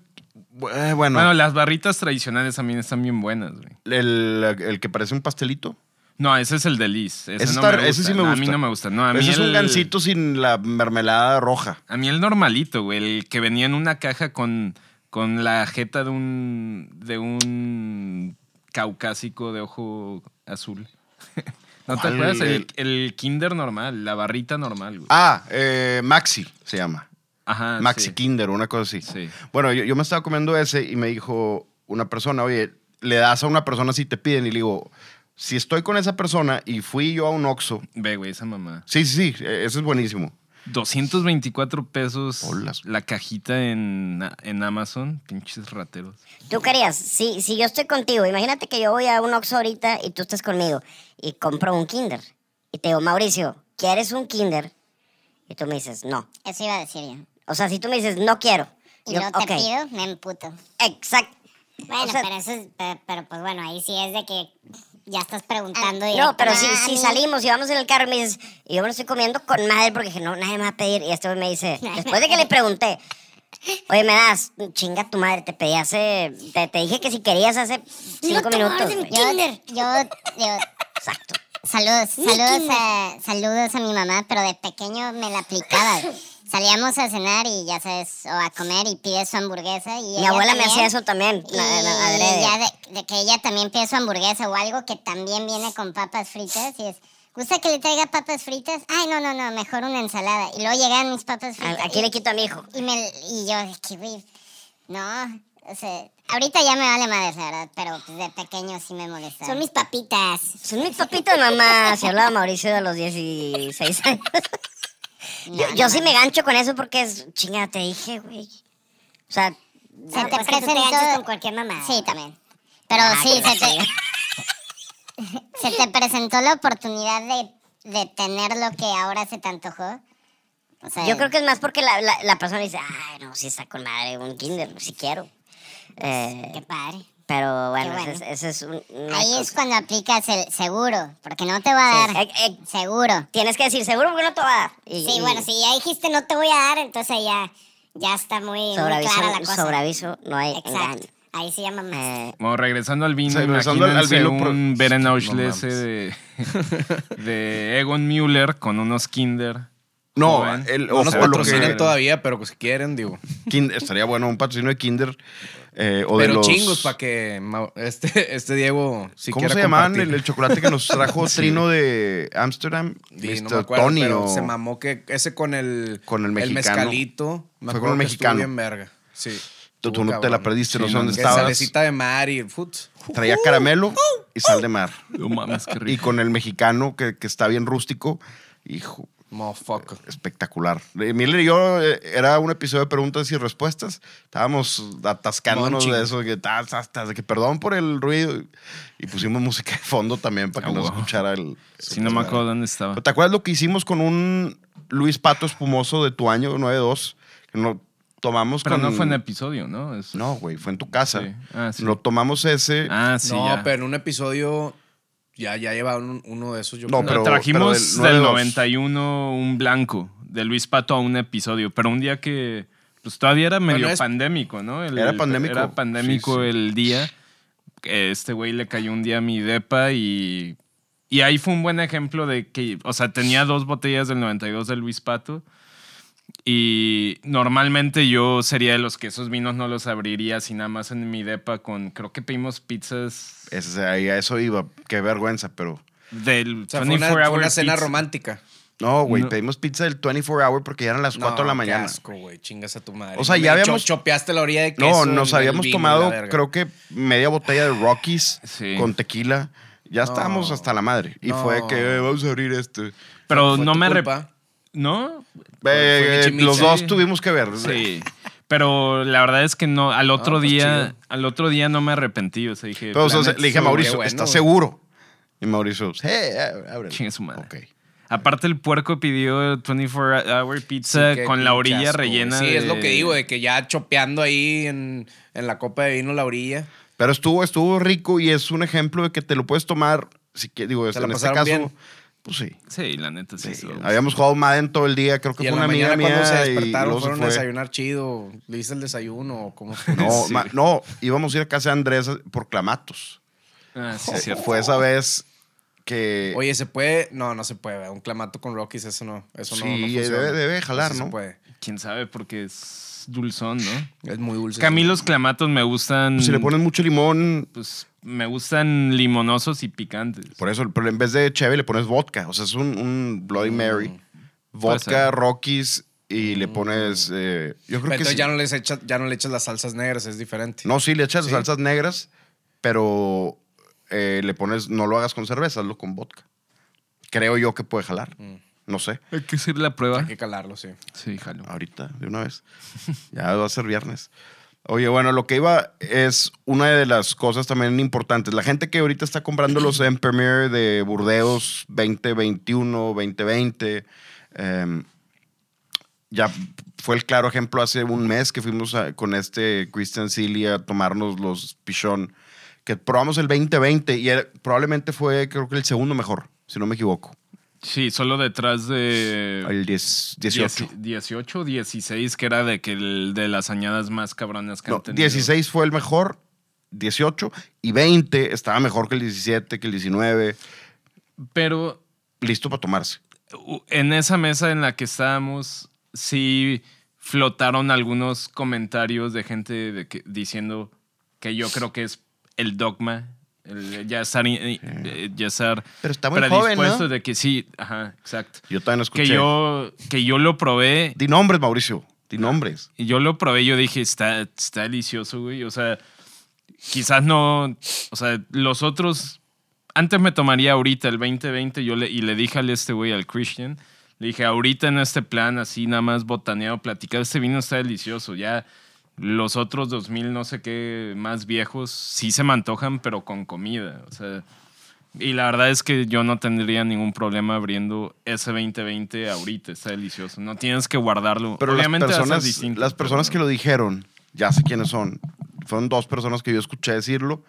S3: eh, bueno,
S4: Bueno, las barritas tradicionales también están bien buenas, güey.
S3: el, el que parece un pastelito.
S4: No, ese es el de Liz. Ese,
S3: Ese,
S4: no
S3: está-
S4: me gusta.
S3: ese sí me
S4: No,
S3: gusta.
S4: a mí no me gusta. No, a mí
S3: ese es un
S4: el-
S3: gansito sin la mermelada roja.
S4: A mí el normalito, güey. El que venía en una caja con, con la jeta de un, de un caucásico de ojo azul. ¿No te
S3: ¿Cuál?
S4: acuerdas? El, el kinder normal, la barrita normal, güey.
S3: Ah, eh, Maxi se llama.
S4: Ajá,
S3: Maxi
S4: Ah, sí.
S3: Kinder, una cosa así.
S4: Sí.
S3: Bueno, yo, yo me estaba comiendo ese y me dijo una persona, oye, le das a una persona si te piden. Y le digo, si estoy con esa persona y fui yo a un Oxxo.
S4: Ve, güey, esa mamá.
S3: Sí, sí, sí, eh, eso es buenísimo.
S4: 224 pesos
S3: Olas.
S4: la cajita en, en Amazon. Pinches rateros.
S1: ¿Tú querías? Si, si yo estoy contigo, imagínate que yo voy a un Oxxo ahorita y tú estás conmigo y compro un Kinder. Y te digo, Mauricio, ¿quieres un Kinder? Y tú me dices, no.
S6: Eso iba a decir yo.
S1: O sea, si tú me dices, no quiero.
S6: Y
S1: yo,
S6: luego te
S1: "Ok".
S6: pido, me emputo.
S1: Exacto.
S6: Bueno,
S1: O sea-
S6: pero eso es, pe- pero pues bueno, ahí sí es de que ya estás preguntando y
S1: Ah, No, pero si, si salimos y vamos en el carro y me dices, y yo me lo estoy comiendo con madre porque dije, no, nadie me va a pedir. Y este güey me dice,
S6: Nadie me
S1: después de que le pregunté, oye, me das, chinga tu madre, te pedí hace, te, te dije que si querías hace cinco minutos. güey".
S6: Yo, yo, digo,
S1: Exacto.
S6: saludos,
S1: Ni
S6: saludos
S1: kinder.
S6: a, saludos a mi mamá, pero de pequeño me la aplicaba. güey. Salíamos a cenar y ya sabes, o a comer y pide su hamburguesa. Y
S1: Mi
S6: ella
S1: abuela me
S6: también.
S1: hacía eso también,
S6: Y
S1: la- la- adrede.
S6: ya de, de que ella también pide su hamburguesa o algo que también viene con papas fritas y es, ¿Gusta que le traiga papas fritas? Ay, no, no, no, mejor una ensalada. Y luego llegan mis papas fritas.
S1: A- Aquí
S6: y-
S1: le quito a mi hijo.
S6: Y, me, y yo, es que, güey, no, o sea, ahorita ya me vale madres, la verdad, pero pues, de pequeño sí me molestaba.
S5: Son mis papitas.
S1: Son mis papitas, mamá. Se hablaba Mauricio a los 16 años. Yo, yo sí me gancho con eso porque es chingada, te dije, güey. O sea,
S6: Se
S5: No,
S6: te
S5: pues que tú te
S6: presentó...
S5: ganchas con cualquier mamá.
S6: Sí, también. Pero
S1: Ah,
S6: sí,
S1: con la
S6: se te... se te presentó la oportunidad de, de tener lo que ahora se te antojó. O sea,
S1: yo creo que es más porque la, la- la persona dice, ay, no, sí está con madre, un kinder, si quiero. Eh,
S6: Qué padre.
S1: pero bueno,
S6: qué bueno.
S1: ese es- ese es un... una
S6: Ahí es
S1: cosa.
S6: cuando aplicas el seguro, porque no te va a dar.
S1: Eh, eh,
S6: Seguro.
S1: tienes que decir, seguro porque no te va a dar. Y-
S5: Sí,
S1: y
S5: bueno, si ya dijiste no te voy a dar, entonces ya, ya está muy, muy
S1: Sobreaviso,
S5: clara la cosa.
S1: sobreaviso, no hay engaño.
S5: Exacto. Ahí se llama más.
S1: Eh,
S4: Bueno, regresando al vino,
S3: Sí, regresando al- al
S4: imagínense
S3: vino, pero-
S4: un Berenauschle
S2: No mames.
S4: ese de, de Egon Müller con unos Kinder.
S3: No,
S4: Joven.
S3: el,
S2: No
S3: o-
S2: nos
S3: o lo
S2: patrocinan
S3: que-
S2: todavía, pero pues si quieren, digo.
S3: Kin- estaría bueno un patrocinio de Kinder eh, o de
S2: pero
S3: los...
S2: chingos para que Mau- este, este Diego si
S3: ¿Cómo se llamaban el, el chocolate que nos trajo Trino de Ámsterdam?
S2: no me
S3: Mr.
S2: acuerdo,
S3: Tony
S2: pero
S3: o-
S2: se mamó que ese con el
S3: Con el mexicano.
S2: mezcalito. Me
S3: Fue con
S2: acuerdo
S3: el
S2: que
S3: mexicano.
S2: Estuvo bien verga. Sí.
S3: Tú- tú
S2: Estuvo
S3: no te la perdiste, no sé dónde
S2: que
S3: estabas.
S2: Salecita Uh, de mar y putz.
S3: Traía caramelo y sal de mar.
S2: uh,
S4: No mames, qué rico.
S3: Y con el mexicano que, que está bien rústico. Hijo,
S2: Motherfucker.
S3: espectacular. Eh, Miller y yo eh, era un episodio de preguntas y respuestas. Estábamos atascándonos
S2: Monching.
S3: de eso, que, tas, tas, tas, de que perdón por el ruido. Y pusimos música de fondo también para que
S4: Ah,
S3: no
S4: wow.
S3: escuchara el...
S4: Si no me acuerdo dónde estaba.
S3: Pero, ¿Te acuerdas lo que hicimos con un Luis Pato espumoso de tu año 92? Que lo tomamos
S4: Pero
S3: con...
S4: no fue en episodio, ¿no? Es-
S3: No, güey, fue en tu casa.
S4: Sí. Ah, sí.
S3: Lo tomamos ese...
S4: Ah, sí,
S2: no,
S4: ya.
S2: pero en un episodio ya, ya llevaban un- uno de esos. Yo
S3: No,
S2: creo.
S3: pero-
S4: Trajimos
S3: pero del
S4: del
S3: 92.
S4: 91 un blanco de Luis Pato a un episodio, pero un día que pues todavía era medio
S2: Bueno, es-
S4: pandémico, ¿no? El-
S3: Era
S4: el-
S3: pandémico.
S4: Era pandémico
S3: Sí, sí.
S4: el día. que Este güey le cayó un día a mi depa y, y ahí fue un buen ejemplo de que, o sea, tenía dos botellas del 92 de Luis Pato. Y normalmente yo sería de los que esos vinos no los abriría, así nada más en mi depa con, creo que pedimos pizzas
S3: Ese, ahí a eso iba. Qué vergüenza, pero...
S4: del
S2: O sea, fue una,
S4: 24
S2: fue una
S4: hour
S2: cena
S4: pizza.
S2: romántica.
S3: No, güey,
S4: No.
S3: pedimos pizza del 24 hour porque ya eran las 4
S2: No,
S3: Pues, de la
S2: qué
S3: mañana.
S2: asco, güey. Chingas a tu madre.
S3: O sea,
S2: Me
S3: ya
S2: cho-
S3: habíamos-
S2: Chopeaste la orilla de
S3: No,
S2: queso.
S3: nos
S2: en el
S3: habíamos
S2: vino y la
S3: tomado
S2: verga.
S3: creo que media botella de Rockies
S4: Sí.
S3: con tequila. Ya estábamos hasta la madre. Y
S2: No.
S3: fue que eh, vamos a abrir este.
S4: Pero
S2: Fue
S4: no
S2: tu
S4: me arrep-
S2: culpa.
S4: ¿No?
S2: fue
S3: Eh,
S2: Michimichi.
S3: los dos tuvimos que ver.
S4: Sí. Pero la verdad es que no, al otro
S2: pues
S4: día,
S2: chido.
S4: al otro día no me arrepentí. O sea, dije.
S3: Pero, o sea,
S4: "La neta,
S3: le dije a
S4: estuvo
S3: Mauricio,
S4: bien".
S2: bueno,
S3: ¿estás
S2: güey.
S3: seguro? Y Mauricio, sí, eh, ábrelo.
S4: Chingue su madre.
S3: Ok.
S4: Aparte, el puerco pidió 24 hour
S2: Sí,
S4: pizza
S2: qué
S4: con la
S2: pinche
S4: orilla
S2: asco, güey.
S4: rellena.
S2: Sí, es lo que
S4: de-
S2: digo, eh. de que ya chopeando ahí en, en la copa de vino la orilla.
S3: Pero estuvo, estuvo rico y es un ejemplo de que te lo puedes tomar, si que- digo,
S2: ¿Se la
S3: en este
S2: pasaron
S3: caso,
S2: bien?
S3: pues sí.
S4: Sí, la neta, sí.
S3: sí.
S4: estuvo-
S3: Habíamos jugado Madden todo el día, creo que fue
S2: Y en
S3: una
S2: la mañana
S3: amiga mía.
S2: cuando se
S3: y
S2: despertaron
S3: luego se
S2: fueron a
S3: fue.
S2: desayunar chido. ¿Le hice el desayuno o cómo fue?
S3: No,
S4: Sí.
S3: ma- no, íbamos a ir a casa de Andrés por clamatos.
S4: Ah, sí, es cierto.
S3: Fue esa vez que...
S2: Oye, ¿se puede? No, no se puede. ¿verdad? Un clamato con Rockies, eso no. Eso no-
S3: Sí,
S2: no,
S3: debe-
S2: funciona.
S3: debe jalar,
S2: se
S3: ¿no?
S2: puede.
S4: Quién sabe, porque es dulzón, ¿no?
S2: Es muy dulce.
S4: Que a mí los clamatos me gustan.
S3: pues,
S2: Pues mm.
S3: si le ponen mucho limón,
S4: Pues me gustan limonosos y picantes.
S3: por eso, pero en vez de cheve le pones vodka. O sea, es un, un Bloody
S2: Mm,
S3: Mary. Vodka,
S4: ser.
S3: Rockies y le pones... eh, yo creo
S2: Pero
S3: que
S2: Mm. entonces
S3: sí.
S2: ya, no les echa- ya no le echas las salsas negras, es diferente.
S3: No, sí, le echas salsas negras, pero eh, le pones, no lo hagas con cerveza, hazlo con vodka. Creo yo que puede jalar.
S2: Mm.
S3: No sé.
S4: Hay que hacer la prueba.
S2: Hay que calarlo, sí.
S4: Sí, jalo.
S3: Ahorita, de una vez. ya va a ser viernes. Oye, bueno, lo que iba es una de las cosas también importantes. La gente que ahorita está comprando los en Premier de Burdeos 2021, 2020, em, ya fue el claro ejemplo hace un mes que fuimos a- con este Christian Sealy a tomarnos los pichón, que probamos el 2020 y era- probablemente fue creo que el segundo mejor, si no me equivoco.
S4: Sí, solo detrás de.
S3: El 10, 18.
S4: 18, 16, que era de que el de las añadas más cabronas que
S3: No,
S4: han tenido.
S3: 16 fue el mejor, 18 y 20 estaba mejor que el 17, que el 19,
S4: Pero
S3: listo para tomarse.
S4: u- en esa mesa en la que estábamos, sí flotaron algunos comentarios de gente de que- diciendo que yo creo que es el dogma El ya estar, in- eh, ya estar
S3: Pero está muy joven,
S4: predispuesto
S3: ¿no?
S4: de que sí, ajá, exacto.
S3: Yo también lo escuché.
S4: Que yo, que yo lo probé
S3: Di nombres, Mauricio. Di nombres.
S4: y yo lo probé, yo dije, está, está delicioso, güey. O sea, quizás no, o sea, los otros, antes me tomaría ahorita el 2020 yo le, y le dije al este güey, al Christian, le dije, ahorita en este plan, así nada más botaneado, platicar, este vino está delicioso, ya. Los otros 2000 no sé qué más viejos sí se me antojan, pero con comida. O sea, y la verdad es que yo no tendría ningún problema abriendo ese 2020 ahorita. Está delicioso. No tienes que guardarlo.
S3: Pero las
S4: Obviamente va a ser
S3: personas,
S4: distinto,
S3: las personas que
S4: pero-
S3: lo dijeron, ya sé quiénes son. Fueron dos personas que yo escuché decirlo.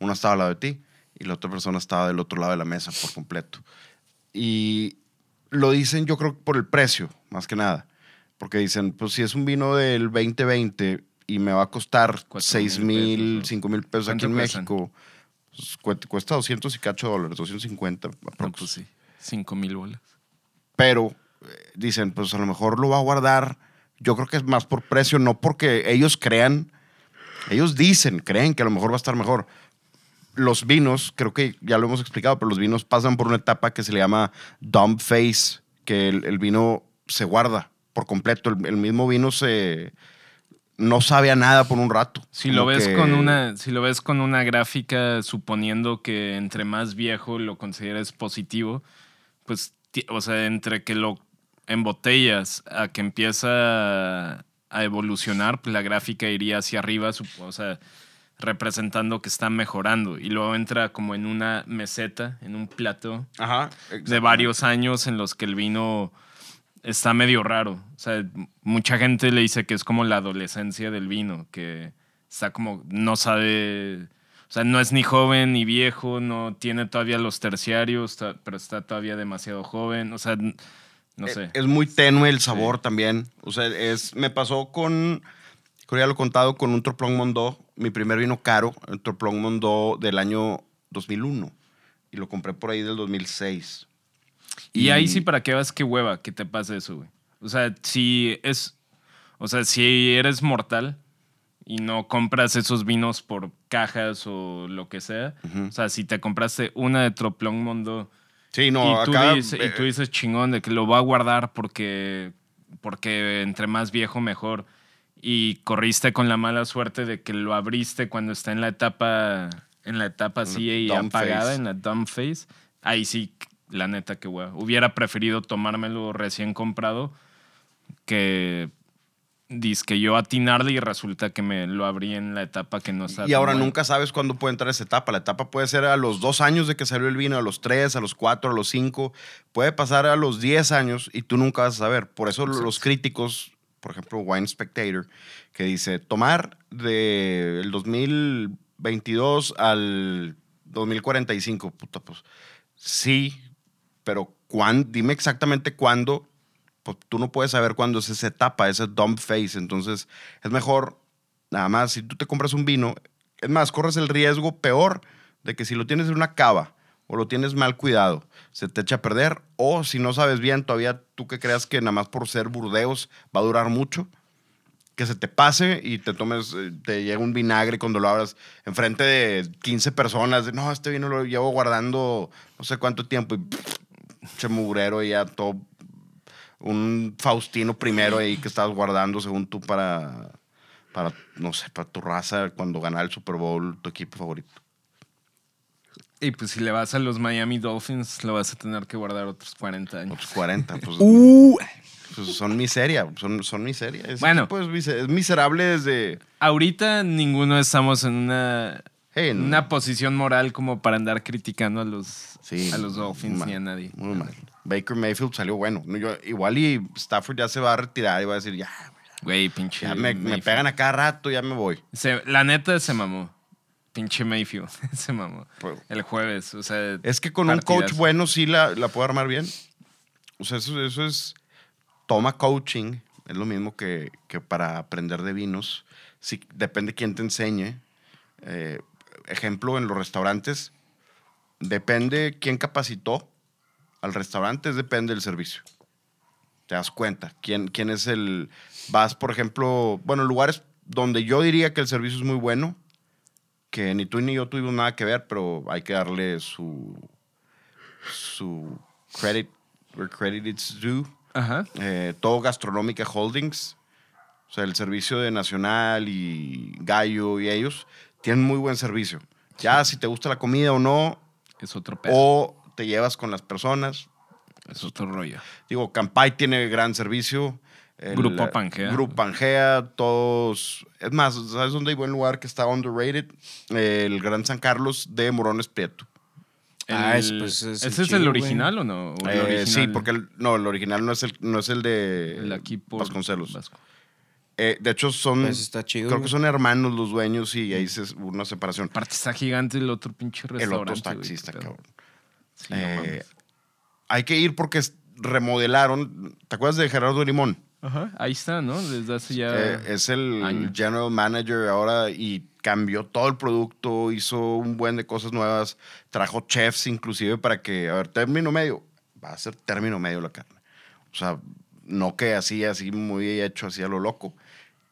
S3: Una estaba al lado de ti y la otra persona estaba del otro lado de la mesa por completo. Y lo dicen, yo creo, por el precio, más que nada. Porque dicen, pues si es un vino del 2020 y me va a costar
S4: Cuatro
S3: 6
S4: mil
S3: mil,
S4: pesos,
S3: 5 mil pesos aquí
S4: ¿Cuánto
S3: en
S4: cuestan?
S3: México, pues, cuesta- cuesta 200 y cacho dólares, 250.
S4: No,
S3: aprox.
S4: pues sí. 5 mil bolas.
S3: pero eh, dicen, pues a lo mejor lo va a guardar. Yo creo que es más por precio, no porque ellos crean, ellos dicen, creen que a lo mejor va a estar mejor. Los vinos, creo que ya lo hemos explicado, pero los vinos pasan por una etapa que se le llama dump phase, que el, el vino se guarda por completo. El, el mismo vino se no sabe a nada por un rato.
S4: Si lo,
S3: Como
S4: ves
S3: que-
S4: con una, si lo ves con una gráfica, suponiendo que entre más viejo lo consideres positivo, pues, ti- o sea, entre que lo embotellas a que empieza a, a evolucionar, pues la gráfica iría hacia arriba, sup- o sea, representando que está mejorando. Y luego entra como en una meseta, en un plato
S3: Ajá,
S4: de varios años en los que el vino está medio raro. O sea, m- mucha gente le dice que es como la adolescencia del vino, que está como, no sabe, o sea, no es ni joven ni viejo, no tiene todavía los terciarios, ta- pero está todavía demasiado joven. O sea, n- no sé.
S3: Eh, Es muy tenue el sabor también. O sea, es, me pasó con, creo ya lo he contado, con un Troplón Mondó, mi primer vino caro, el Troplón Mondó del año 2001. Y lo compré por ahí del 2006.
S4: Y
S3: y-
S4: ahí sí, para que vas, qué hueva que te pase eso, güey. O sea, si es. O sea, si eres mortal y no compras esos vinos por cajas o lo que sea. O sea, si te compraste una de Troplón Mondo
S3: Sí, no,
S4: y, tú
S3: acá...
S4: dices, y
S3: eh,
S4: tú dices chingón de que lo va a guardar porque, porque entre más viejo mejor. Y corriste con la mala suerte de que lo abriste cuando está en la etapa, en la etapa así y
S3: dumb
S4: apagada,
S3: phase.
S4: en la dumb phase. Ahí sí, la neta que hueva. Hubiera preferido tomármelo recién comprado que que yo atinarle y resulta que me lo abrí en la etapa que no estaba.
S3: y ahora
S4: tan buena.
S3: nunca sabes cuándo puede entrar esa etapa. La etapa puede ser a los dos años de que salió el vino, a los tres, a los cuatro, a los cinco. Puede pasar a los diez años y tú nunca vas a saber. Por eso los críticos, por ejemplo, Wine Spectator, que dice tomar del 2022 al 2045. Puta, pues sí, pero cuán, dime exactamente cuándo. Pues tú no puedes saber cuándo es esa etapa, esa dumb phase. Entonces, es mejor Nada más, si tú te compras un vino, es más, corres el riesgo peor de que si lo tienes en una cava o lo tienes mal cuidado, se te echa a perder. O si no sabes bien, todavía tú que creas que nada más por ser Burdeos va a durar mucho, que se te pase y te tomes, eh, te llega un vinagre cuando lo abras enfrente de 15 personas. de, no, este vino lo llevo guardando no sé cuánto tiempo y pff, che mugrero y ya todo. Un Faustino primero ahí que estabas guardando según tú para para, no sé, para tu raza cuando ganara el Super Bowl, tu equipo favorito.
S4: Y pues si le vas a los Miami Dolphins, lo vas a tener que guardar otros 40 años.
S3: Otros 40, pues.
S4: Uh.
S3: pues son miseria, son, son miseria. Ese
S4: Bueno.
S3: equipo es, mise- es miserable desde.
S4: Ahorita ninguno estamos en una,
S3: Hey, no.
S4: una posición moral como para andar criticando a los,
S3: Sí,
S4: a los Dolphins
S3: mal,
S4: ni a nadie.
S3: Muy mal. Baker Mayfield salió bueno. No, yo- igual y Stafford ya se va a retirar y va a decir, ya,
S4: Güey, pinche.
S3: ya me, me
S4: Mayfield.
S3: pegan a cada rato, ya me voy.
S4: Se- la neta se mamó. Pinche Mayfield. se mamó.
S3: Pues-
S4: El jueves. O sea.
S3: Es que con un coach
S4: partidazo.
S3: bueno sí la, la puedo armar bien. O sea, eso, eso es. Toma coaching. Es lo mismo que, que para aprender de vinos. Sí, depende quién te enseñe. Eh, ejemplo, en los restaurantes, depende quién capacitó al restaurante, es depende del servicio. Te das cuenta. ¿Quién, quién es el. Vas, por ejemplo, bueno, lugares donde yo diría que el servicio es muy bueno, que ni tú ni yo tuvimos nada que ver, pero hay que darle su, su credit where credit is due.
S4: Ajá.
S3: Eh, todo Gastronómica Holdings, o sea, el servicio de Nacional y Gallo y ellos, tienen muy buen servicio. Ya si te gusta la comida o no,
S4: Es otro pedo.
S3: o te llevas con las personas.
S4: Es otro rollo.
S3: Digo, Campay tiene gran servicio. El,
S4: Grupo
S3: eh,
S4: Pangea.
S3: Grupo Pangea, todos. Es más, ¿sabes dónde hay buen lugar que está underrated? El Gran San Carlos de Morones Prieto.
S2: Ah,
S4: El-
S2: es- pues, es el
S4: ¿Ese es el
S2: chido, güey.
S4: original o no? ¿O el
S3: Eh,
S4: original?
S3: sí, porque el- no, el original no es el, no es el de
S4: el aquí por
S3: Vasconcelos.
S4: Vasco.
S3: Eh, de hecho, son.
S2: Pues está chido,
S3: creo que
S2: güey.
S3: son hermanos los dueños y ahí se, hubo una separación.
S4: Aparte está gigante el otro pinche restaurante.
S3: El otro es
S4: güey,
S3: taxista,
S4: qué pedo.
S3: cabrón.
S4: Sí, no
S3: Eh,
S4: mames.
S3: Hay que ir porque es- remodelaron. ¿Te acuerdas de Gerardo Limón?
S4: Ajá, ahí está, ¿no? Desde hace ya...
S3: Eh, es el
S4: años.
S3: general manager ahora y cambió todo el producto, hizo un buen de cosas nuevas, trajo chefs inclusive para que, a ver, término medio, va a ser término medio la carne. O sea, no que así, así muy hecho, así a lo loco.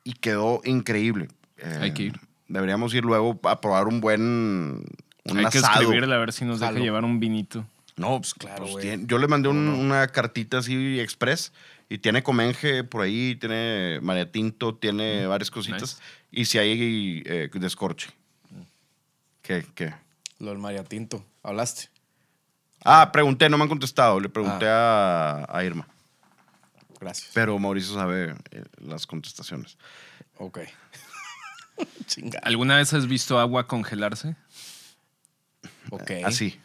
S3: Y quedó increíble. Eh,
S4: Hay que ir.
S3: Deberíamos ir luego a probar un buen... Un
S4: Hay que
S3: asado.
S4: escribirle a ver si nos deja
S2: Jalo.
S4: llevar un vinito.
S2: No, pues claro,
S3: Pues
S2: güey.
S3: tiene- yo le mandé un- una cartita así express y tiene comenje por ahí, tiene maretinto,
S2: Mm,
S3: tiene varias cositas. Y si hay eh, descorche.
S2: Mm.
S3: ¿Qué, qué?
S2: Lo del María Tinto. Hablaste.
S3: Ah, pregunté, no me han contestado. Le pregunté
S2: Ah.
S3: a, a Irma.
S2: Gracias.
S3: Pero Mauricio sabe eh, las contestaciones.
S2: Ok. Chinga.
S4: ¿Alguna vez has visto agua congelarse?
S2: Ok.
S3: Así.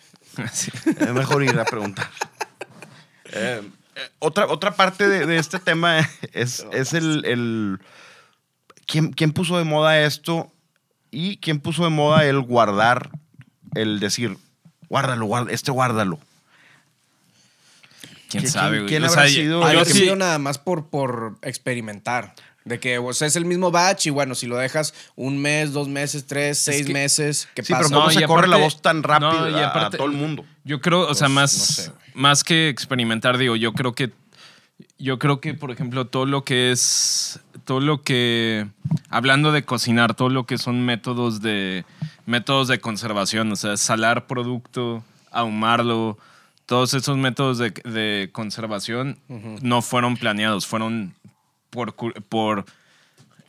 S4: Sí.
S3: Es mejor ir a preguntar. Eh, eh, otra, otra parte de, de este tema es, es el... el- ¿quién, quién puso de moda esto? ¿Y quién puso de moda el guardar? El decir, guárdalo, guarda, este guárdalo.
S4: ¿Quién
S3: ¿Quién-
S4: sabe, güey?
S3: quién habrá
S4: yo-
S3: sido
S4: yo
S2: Ha
S3: el
S4: sí-
S2: sido nada más por, por experimentar. De que o sea, es el mismo batch y bueno, si lo dejas un mes, dos meses, tres, seis
S4: que-
S2: meses, ¿qué
S3: Sí,
S2: pasa?
S3: pero ¿cómo
S4: No,
S3: se
S4: y
S3: corre la
S4: aparte-
S3: voz tan rápido
S4: no, y
S3: a- a,
S4: aparte-
S3: todo el mundo?
S4: Yo creo, o sea,
S2: Pues,
S4: más,
S2: no sé, güey.
S4: más que experimentar, digo, yo creo que. Yo creo que, por ejemplo, todo lo que es. Todo lo que. Hablando de cocinar, todo lo que son métodos de. métodos de conservación. O sea, salar producto, ahumarlo. Todos esos métodos de, de conservación no fueron planeados, fueron por, cu- por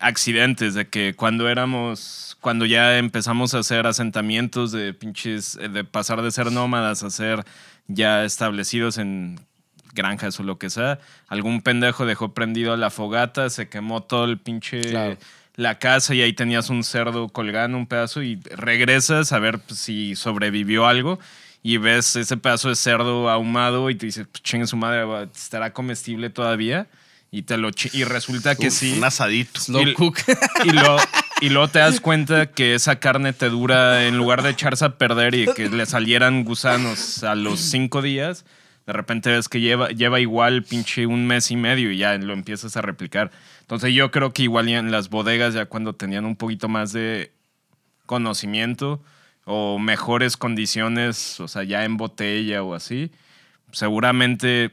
S4: accidentes de que cuando éramos, cuando ya empezamos a hacer asentamientos de pinches, eh, de pasar de ser nómadas a ser ya establecidos en granjas o lo que sea, algún pendejo dejó prendido la fogata, se quemó todo el pinche
S2: Claro.
S4: la casa y ahí tenías un cerdo colgando un pedazo y regresas a ver pues, si sobrevivió algo y ves ese pedazo de cerdo ahumado y te dices, "Pues, chingue su madre, va- estará comestible todavía y te lo chi- y resulta que
S3: Uf,
S4: sí.
S3: Un asadito.
S2: Slow
S4: Y-
S2: cook.
S4: Y, lo, y luego te das cuenta que esa carne te dura, en lugar de echarse a perder y que le salieran gusanos a los cinco días, de repente ves que lleva, lleva igual pinche un mes y medio y ya lo empiezas a replicar. Entonces yo creo que igual ya en las bodegas ya cuando tenían un poquito más de conocimiento o mejores condiciones, o sea, ya en botella o así, seguramente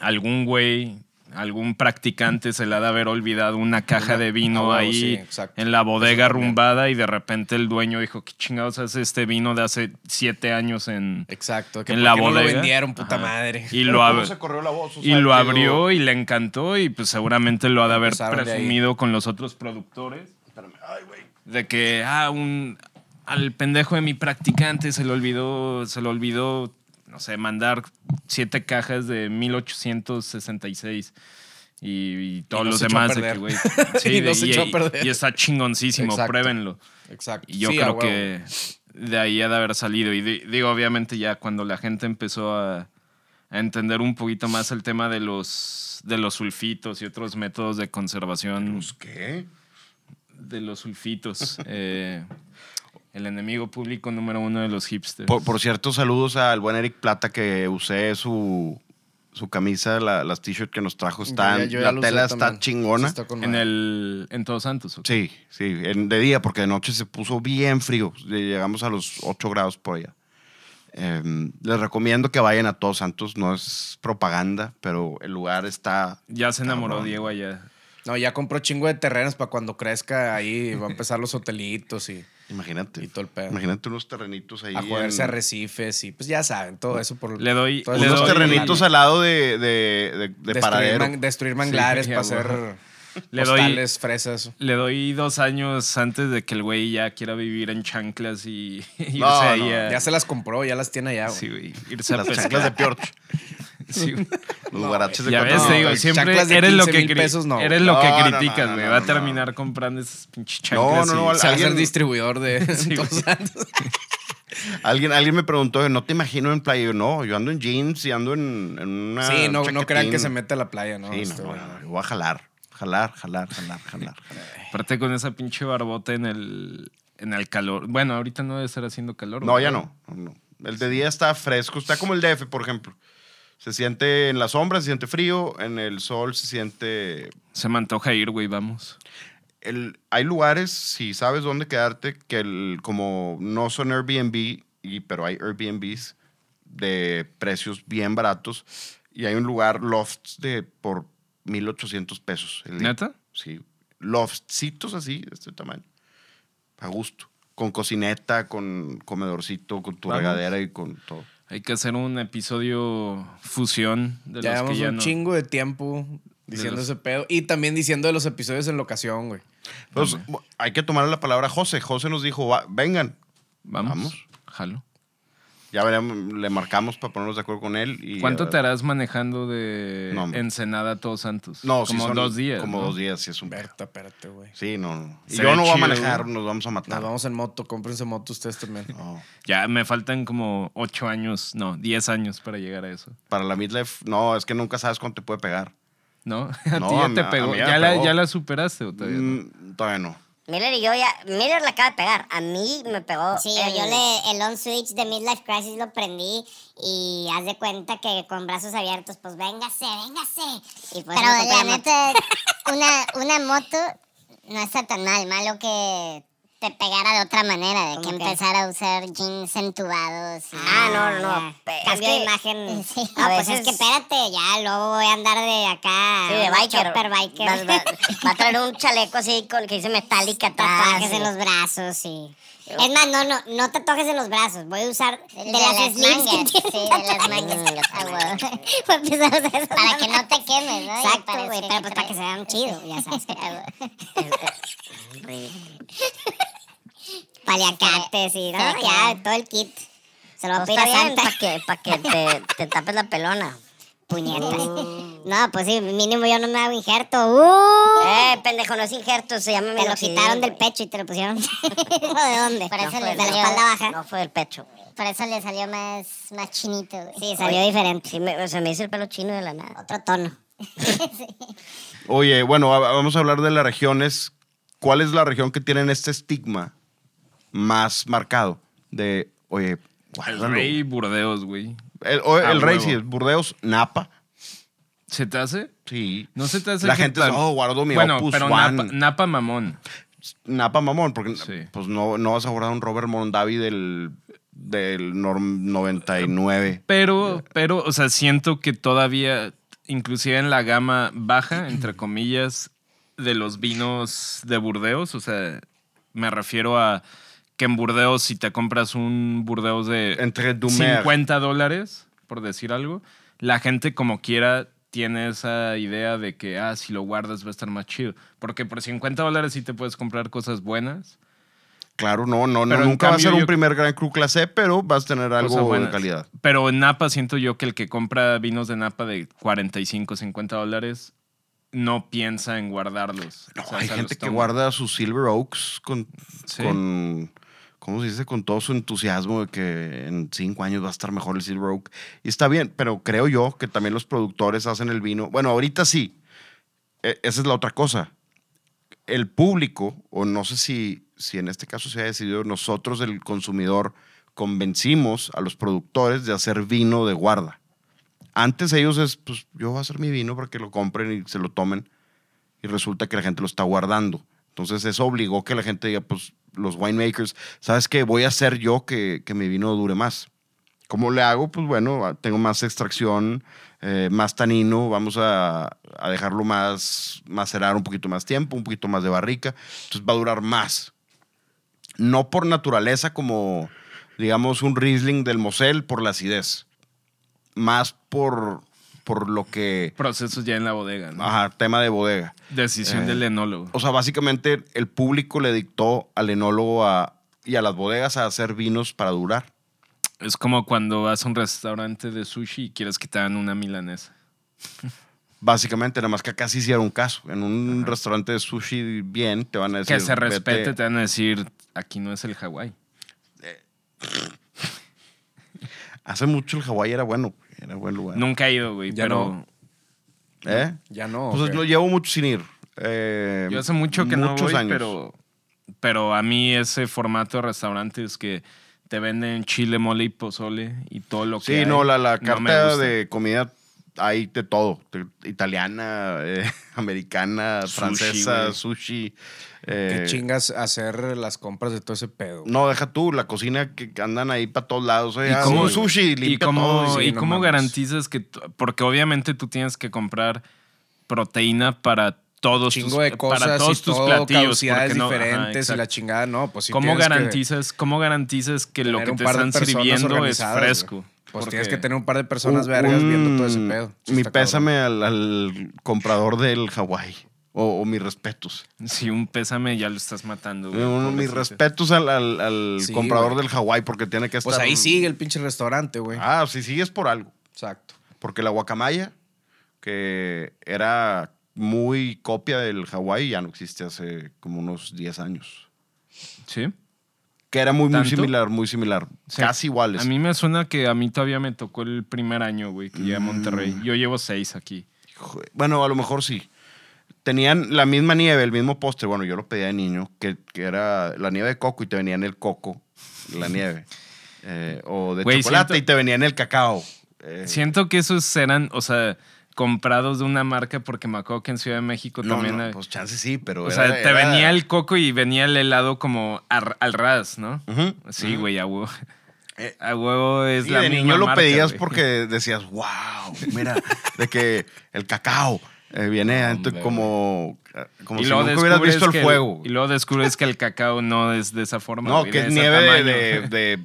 S4: algún güey, algún practicante se le ha de haber olvidado una caja
S2: Una-
S4: de
S2: a
S4: vino
S2: huevo,
S4: ahí
S2: Oh, sí, exacto.
S4: en la bodega
S2: Eso también.
S4: arrumbada y de repente el dueño dijo, ¿qué chingados hace este vino de hace siete años en,
S2: Exacto. Que
S4: en
S2: ¿por
S4: la
S2: qué
S4: bodega?
S2: No lo vendieron, puta
S4: Ajá.
S2: madre.
S4: Y
S3: Pero
S4: lo,
S3: ¿cómo
S4: ab-
S3: se corrió la voz? O
S4: y
S3: sea,
S4: lo
S3: quedó-
S4: abrió y le encantó y pues seguramente lo ha de haber
S2: Empezaron de Pues ahí.
S4: presumido con los otros productores. De que, ah, un, al pendejo de mi practicante se le olvidó, se le olvidó, no sé, mandar siete cajas de 1866. Y, y todos
S2: Y no
S4: los
S2: se echó a
S4: demás de
S2: perder.
S4: que, güey.
S2: Y
S4: Sí,
S2: no
S4: de-
S2: se
S4: y,
S2: echó a perder.
S4: y está chingoncísimo,
S2: Exacto.
S4: pruébenlo.
S2: Exacto.
S4: Y yo
S2: Sí, a
S4: creo
S2: huevo.
S4: que de ahí ha de haber salido. Y di- digo, obviamente ya cuando la gente empezó a, a entender un poquito más el tema de los, de los sulfitos y otros métodos de conservación
S3: Pues, ¿Qué?
S4: de los sulfitos. eh, el enemigo público número uno de los hipsters.
S3: Por, por cierto, saludos al buen Eric Plata que usé su, su camisa, la- las t-shirts que nos trajo. Están,
S2: Yo ya- yo ya
S3: la
S2: lo usé
S3: tela está
S2: también.
S3: chingona.
S2: Sí, está con
S4: en,
S2: madre.
S4: el, en Todos Santos. ¿o qué?
S3: Sí, sí, en- de día, porque de noche se puso bien frío. Llegamos a los 8 grados por allá. Em, les recomiendo que vayan a Todos Santos. No es propaganda, pero el lugar está.
S4: Ya se enamoró
S3: Cabrón.
S4: Diego allá.
S2: No, ya compró chingo de terrenos para cuando crezca ahí va a empezar los hotelitos y
S3: Imagínate.
S2: Y todo el pedo.
S3: Imagínate unos terrenitos ahí.
S2: a jugarse
S3: en-
S2: a arrecifes y pues ya saben, todo eso por
S4: Le doy-
S2: todo
S4: le
S2: eso
S3: unos
S4: doy-
S2: por-
S3: terrenitos al lado de, de, de- de
S2: destruir,
S3: paradero.
S2: man- destruir manglares
S4: Sí,
S2: para
S4: ya,
S2: hacer
S4: Le doy-
S2: postales, fresas.
S4: Le doy dos años antes de que el güey ya quiera vivir en chanclas y irse
S3: No,
S4: ahí
S3: no,
S4: a-
S2: Ya se las compró, ya las tiene allá, güey.
S4: sí, güey, irse a
S3: Las
S2: Pues,
S4: pescar.
S3: chanclas de Piorch.
S4: Sí, güey.
S3: Los guaraches de
S4: Ya ves,
S3: cuatro-
S4: te digo,
S3: no,
S4: siempre
S2: chanclas de
S4: eres lo
S2: 15,000
S4: que, cri-
S2: pesos, no.
S4: eres lo que
S3: No, no, no,
S4: criticas,
S3: no,
S4: güey.
S3: no,
S4: Va a
S3: no.
S4: terminar comprando esas pinches chanclas.
S3: No, no,
S4: y-
S3: no, al-
S2: Se va a ser
S3: Alguien-
S2: distribuidor de todos lados.
S3: Alguien, alguien me preguntó, no te imagino en playa. Yo, no, yo ando en jeans y ando en, en una.
S2: Sí, no, no
S3: chaquetín.
S2: crean que se mete a la playa, ¿no?
S3: Sí, no,
S2: Este,
S3: no,
S2: güey.
S3: no, yo voy a jalar. Jalar, jalar, jalar, jalar. jalar.
S4: Aparte con esa pinche barbota en el, en el calor. Bueno, ahorita no debe estar haciendo calor.
S3: No,
S4: güey.
S3: ya no, no, no. El de día está fresco, está como el DF, por ejemplo. Se siente en la sombra, se siente frío, en el sol se siente
S4: Se me antoja ir, güey, vamos.
S3: el- hay lugares, si sabes dónde quedarte, que el, como no son Airbnb, y, pero hay Airbnbs de precios bien baratos. Y hay un lugar, lofts, de por 1,800 pesos. el día.
S4: ¿Neta?
S3: Sí. Loftcitos así, de este tamaño. A gusto. Con cocineta, con comedorcito, con tu
S4: Vamos.
S3: regadera y con todo.
S4: Hay que hacer un episodio fusión de
S2: Ya
S4: los que
S2: llevamos
S4: ya
S2: un
S4: no.
S2: chingo de tiempo diciendo
S4: los-
S2: ese pedo. Y también diciendo de los episodios en locación, güey.
S3: Pues, bu- hay que tomar la palabra a José. José nos dijo, "Va- vengan.
S4: Vamos.
S3: Vamos.
S4: Jalo.
S3: Ya veremos, le marcamos para ponernos de acuerdo con él. Y
S4: ¿Cuánto
S3: a
S4: te
S3: ver.
S4: harás manejando de
S3: No, hombre.
S4: Ensenada a Todos Santos?
S3: No, sí
S4: como
S3: son
S4: dos días.
S3: Como
S4: ¿no?
S3: dos días, sí es un pedo.
S2: Berta, espérate, güey.
S3: Sí, no, no. Y
S4: Sería
S3: yo no voy a
S4: chido,
S3: manejar,
S4: güey.
S3: nos vamos a
S2: Nos
S3: matar.
S2: vamos en moto, cómprense moto ustedes también.
S3: No.
S4: Ya me faltan como ocho años, no, diez años para llegar a eso.
S3: Para la midlife, no, es que nunca sabes cuándo te puede pegar.
S4: ¿No? A
S3: No,
S4: ti ya
S3: a mí-
S4: te
S3: a
S4: pegó.
S3: mí ya
S4: ¿Ya, la,
S3: pegó.
S4: ¿Ya la superaste o todavía no?
S3: Mm, todavía no.
S1: Miller y yo ya. Miller la acaba de pegar. A mí me pegó.
S6: Sí,
S1: el-
S6: yo le, el on switch de Midlife Crisis lo prendí y haz de cuenta que con brazos abiertos, pues véngase, véngase. Y pues
S5: Pero
S6: me compré
S5: la
S6: moto.
S5: neta, una, una moto no está tan mal. Malo que te pegara de otra manera, de que
S6: ¿Cómo que?
S5: empezara a usar jeans entubados. y-
S6: Ah, no, no, no.
S5: ya.
S1: Pe-
S6: Cambio
S1: es
S6: de
S1: que-
S6: imagen.
S5: Sí.
S6: No,
S1: A
S6: pues es
S1: veces-
S6: que espérate, ya luego voy a andar de acá.
S1: Sí, de biker.
S6: Chopper biker.
S1: Va, va- va a traer un chaleco así con que dice metálica atrás.
S6: tatuajes
S1: y-
S6: en los brazos y... Es más, no, no, no tatuajes en los brazos. Voy a usar de, las, slims que
S5: mangas. Sí,
S6: tienen
S5: de las
S6: tatuajes.
S5: mangas. Ah, huevo.
S6: Mm, Voy a empezar a usar esas
S5: Para que no
S6: madres.
S5: te quemes, ¿no? Y
S6: Exacto,
S5: parece
S6: güey, pero pues para que
S5: traes-
S6: se vean chido, ya sabes. que- Paliacates y
S5: Ah,
S6: todo,
S5: ya.
S6: ya, todo el kit. Se lo va a
S1: Pues
S6: pedir
S1: está
S6: a
S1: bien,
S6: Santa.
S1: para que, pa' que te, te tapes la pelona.
S6: Puñetas. No, pues sí, mínimo yo no me hago injerto. ¡Uh!
S5: Ah,
S1: Eh, pendejo, no es injerto, se llama
S6: Te lo
S1: minoxidil,
S6: quitaron del
S1: güey.
S6: pecho y te lo pusieron. ¿De dónde?
S5: Por eso le
S1: No fue
S6: de
S1: del
S6: la
S5: salió-
S6: espalda baja.
S1: No fue del pecho.
S5: Por eso le salió más, más chinito, güey.
S6: Sí, salió diferente.
S1: Sí, me- se me hizo el pelo chino de la nada.
S6: Otro tono.
S3: Oye, bueno, a- vamos a hablar de las regiones. ¿Cuál es la región que tienen este estigma más marcado? De, oye,
S4: El
S3: guárdalo.
S4: Rey Burdeos, güey.
S3: El, o-
S4: Ah,
S3: el rey,
S4: huevo.
S3: sí, Burdeos, Napa.
S4: ¿Se te hace?
S3: Sí.
S4: No se te hace
S3: La
S4: que
S3: gente
S4: plan-
S3: es, oh, guardo mi
S4: Bueno,
S3: Opus
S4: pero
S3: One".
S4: napa, napa mamón.
S3: Napa mamón, porque
S4: Sí.
S3: pues no, no vas a guardar un Robert Mondavi del, del norm 99.
S4: Pero, pero, o sea, siento que todavía, inclusive en la gama baja, entre comillas, de los vinos de Burdeos, o sea, me refiero a que en Burdeos, si te compras un Burdeos de
S3: Entre Dumer.
S4: 50 dólares, por decir algo, la gente como quiera tiene esa idea de que, ah, si lo guardas va a estar más chido. Porque por 50 dólares sí te puedes comprar cosas buenas.
S3: Claro, no, no, no
S4: Pero en
S3: nunca va a ser
S4: cambio
S3: un
S4: yo-
S3: primer Gran Cru clase, pero vas a tener
S4: cosas
S3: algo de
S4: buenas.
S3: calidad.
S4: Pero en Napa siento yo que el que compra vinos de Napa de 45, 50 dólares no piensa en guardarlos.
S3: No,
S4: O sea,
S3: hay
S4: se
S3: gente
S4: los
S3: que
S4: toma.
S3: guarda sus Silver Oaks con,
S4: Sí.
S3: con, ¿cómo se dice? Con todo su entusiasmo de que en cinco años va a estar mejor el Silver Oak. Y está bien, pero creo yo que también los productores hacen el vino. Bueno, ahorita sí. E- esa es la otra cosa. El público, o no sé si, si en este caso se ha decidido, nosotros, el consumidor, convencimos a los productores de hacer vino de guarda. Antes ellos es, pues yo voy a hacer mi vino para que lo compren y se lo tomen. Y resulta que la gente lo está guardando. Entonces eso obligó que la gente diga, pues los winemakers, ¿sabes qué? Voy a hacer yo que, que mi vino dure más. ¿Cómo le hago? Pues bueno, tengo más extracción, eh, más tanino, vamos a, a dejarlo más macerar un poquito más tiempo, un poquito más de barrica, entonces va a durar más. No por naturaleza como, digamos, un Riesling del Mosel por la acidez, más por, por lo que...
S4: Procesos ya en la bodega, ¿no?
S3: Ajá, Eh. tema de bodega.
S4: Decisión del enólogo.
S3: O sea, básicamente el público le dictó al enólogo a- y a las bodegas a hacer vinos para durar.
S4: Es como cuando vas a un restaurante de sushi y quieres que te hagan una milanesa.
S3: Básicamente, nada más que acá sí hicieron caso. En un restaurante de sushi bien te van a decir...
S4: que se respete,
S3: "Vete".
S4: te van a decir, aquí no es el Hawái.
S3: Hace mucho el Hawái era bueno. Era buen lugar.
S4: Nunca he ido, güey,
S2: Ya
S4: pero
S2: no.
S3: ¿Eh?
S2: Ya no.
S3: Pues
S2: ok.
S3: no llevo mucho sin ir. Eh,
S4: yo hace mucho que no
S3: muchos
S4: voy,
S3: años.
S4: pero pero a mí ese formato de restaurantes que te venden chile, mole y pozole y todo lo que
S3: Sí,
S4: hay,
S3: no, la, la
S4: no me
S3: carta
S4: gusta.
S3: de comida hay de todo. Te- Italiana, eh, americana,
S4: Sushi,
S3: francesa,
S4: güey.
S3: sushi. eh,
S2: Qué chingas hacer las compras de todo ese pedo.
S3: No, deja tú, la cocina que andan ahí para todos lados.
S4: ¿Y
S3: Oye, ah,
S4: cómo-
S3: un sushi,
S4: ¿Y
S3: limpia
S4: cómo,
S3: todo.
S4: y
S3: no
S4: cómo
S3: mames.
S4: garantizas que.? tú- Porque obviamente tú tienes que comprar proteína para todos
S2: Chingo
S4: tus,
S2: de cosas
S4: pues, eh, para todos
S2: y
S4: tus
S2: todo,
S4: platillos.
S2: caducidades
S4: porque no- ajá,
S2: diferentes y la
S4: exacto.
S2: chingada, no, pues sí
S4: ¿Cómo
S2: tienes que
S4: garantizas, ¿Cómo garantizas que lo
S2: tener
S4: que
S2: un
S4: te
S2: par de
S4: están
S2: personas
S4: sirviendo es
S2: organizadas, güey?
S4: fresco?
S2: Pues
S4: Porque-
S2: tienes que tener un par de personas
S3: Un-
S2: vergas viendo
S3: un-
S2: todo ese pedo.
S3: Uh,
S2: Sí,
S3: mm, Mi
S2: está cabrón.
S3: pésame al, al comprador del Hawái. O, o mis respetos.
S4: Sí, un pésame ya lo estás matando. güey,
S3: Un- mis
S4: pobrecito.
S3: respetos al, al- al
S2: Sí,
S3: comprador
S2: güey.
S3: del Hawái porque tiene que estar.
S2: Pues ahí sigue el pinche restaurante, güey.
S3: Ah, si sigues por algo.
S2: Exacto.
S3: Porque la guacamaya, que era muy copia del Hawái, ya no existe hace como unos 10 años.
S4: Sí.
S3: Que era muy, muy
S4: ¿Tanto?
S3: similar, muy similar.
S4: Sí.
S3: Casi iguales.
S4: A mí me suena que a mí todavía me tocó el primer año, güey, que llegué a Monterrey. Yo llevo seis aquí.
S3: Hijo de- Bueno, a lo mejor sí. Tenían la misma nieve, el mismo postre. Bueno, yo lo pedía de niño, que, que era la nieve de coco y te venía en el coco, la nieve. Eh, o de
S4: Güey,
S3: chocolate
S4: siento-
S3: y te venía en el cacao. Eh,
S4: Siento que esos eran, o sea, comprados de una marca porque me acuerdo que en Ciudad de México
S3: no,
S4: también...
S3: no,
S4: hay-
S3: pues chance sí, pero.
S4: o
S3: era-
S4: sea, te
S3: era-
S4: venía el coco y venía el helado como ar- al ras, ¿no?
S3: Ujú.
S4: Sí, güey, a huevo.
S3: Eh,
S4: A huevo es
S3: Sí,
S4: la
S3: de
S4: misma
S3: niño lo
S4: marca,
S3: pedías
S4: güey.
S3: porque decías, wow, mira, de que el cacao eh, viene adentro
S4: Hombre,
S3: como, como
S4: Y
S3: si
S4: luego
S3: nunca hubieras
S4: descubres
S3: visto el
S4: que
S3: fuego.
S4: Y luego descubres que el cacao no es de esa forma.
S3: no,
S4: güey,
S3: que
S4: de
S3: es
S4: ese
S3: nieve
S4: tamaño.
S3: de, de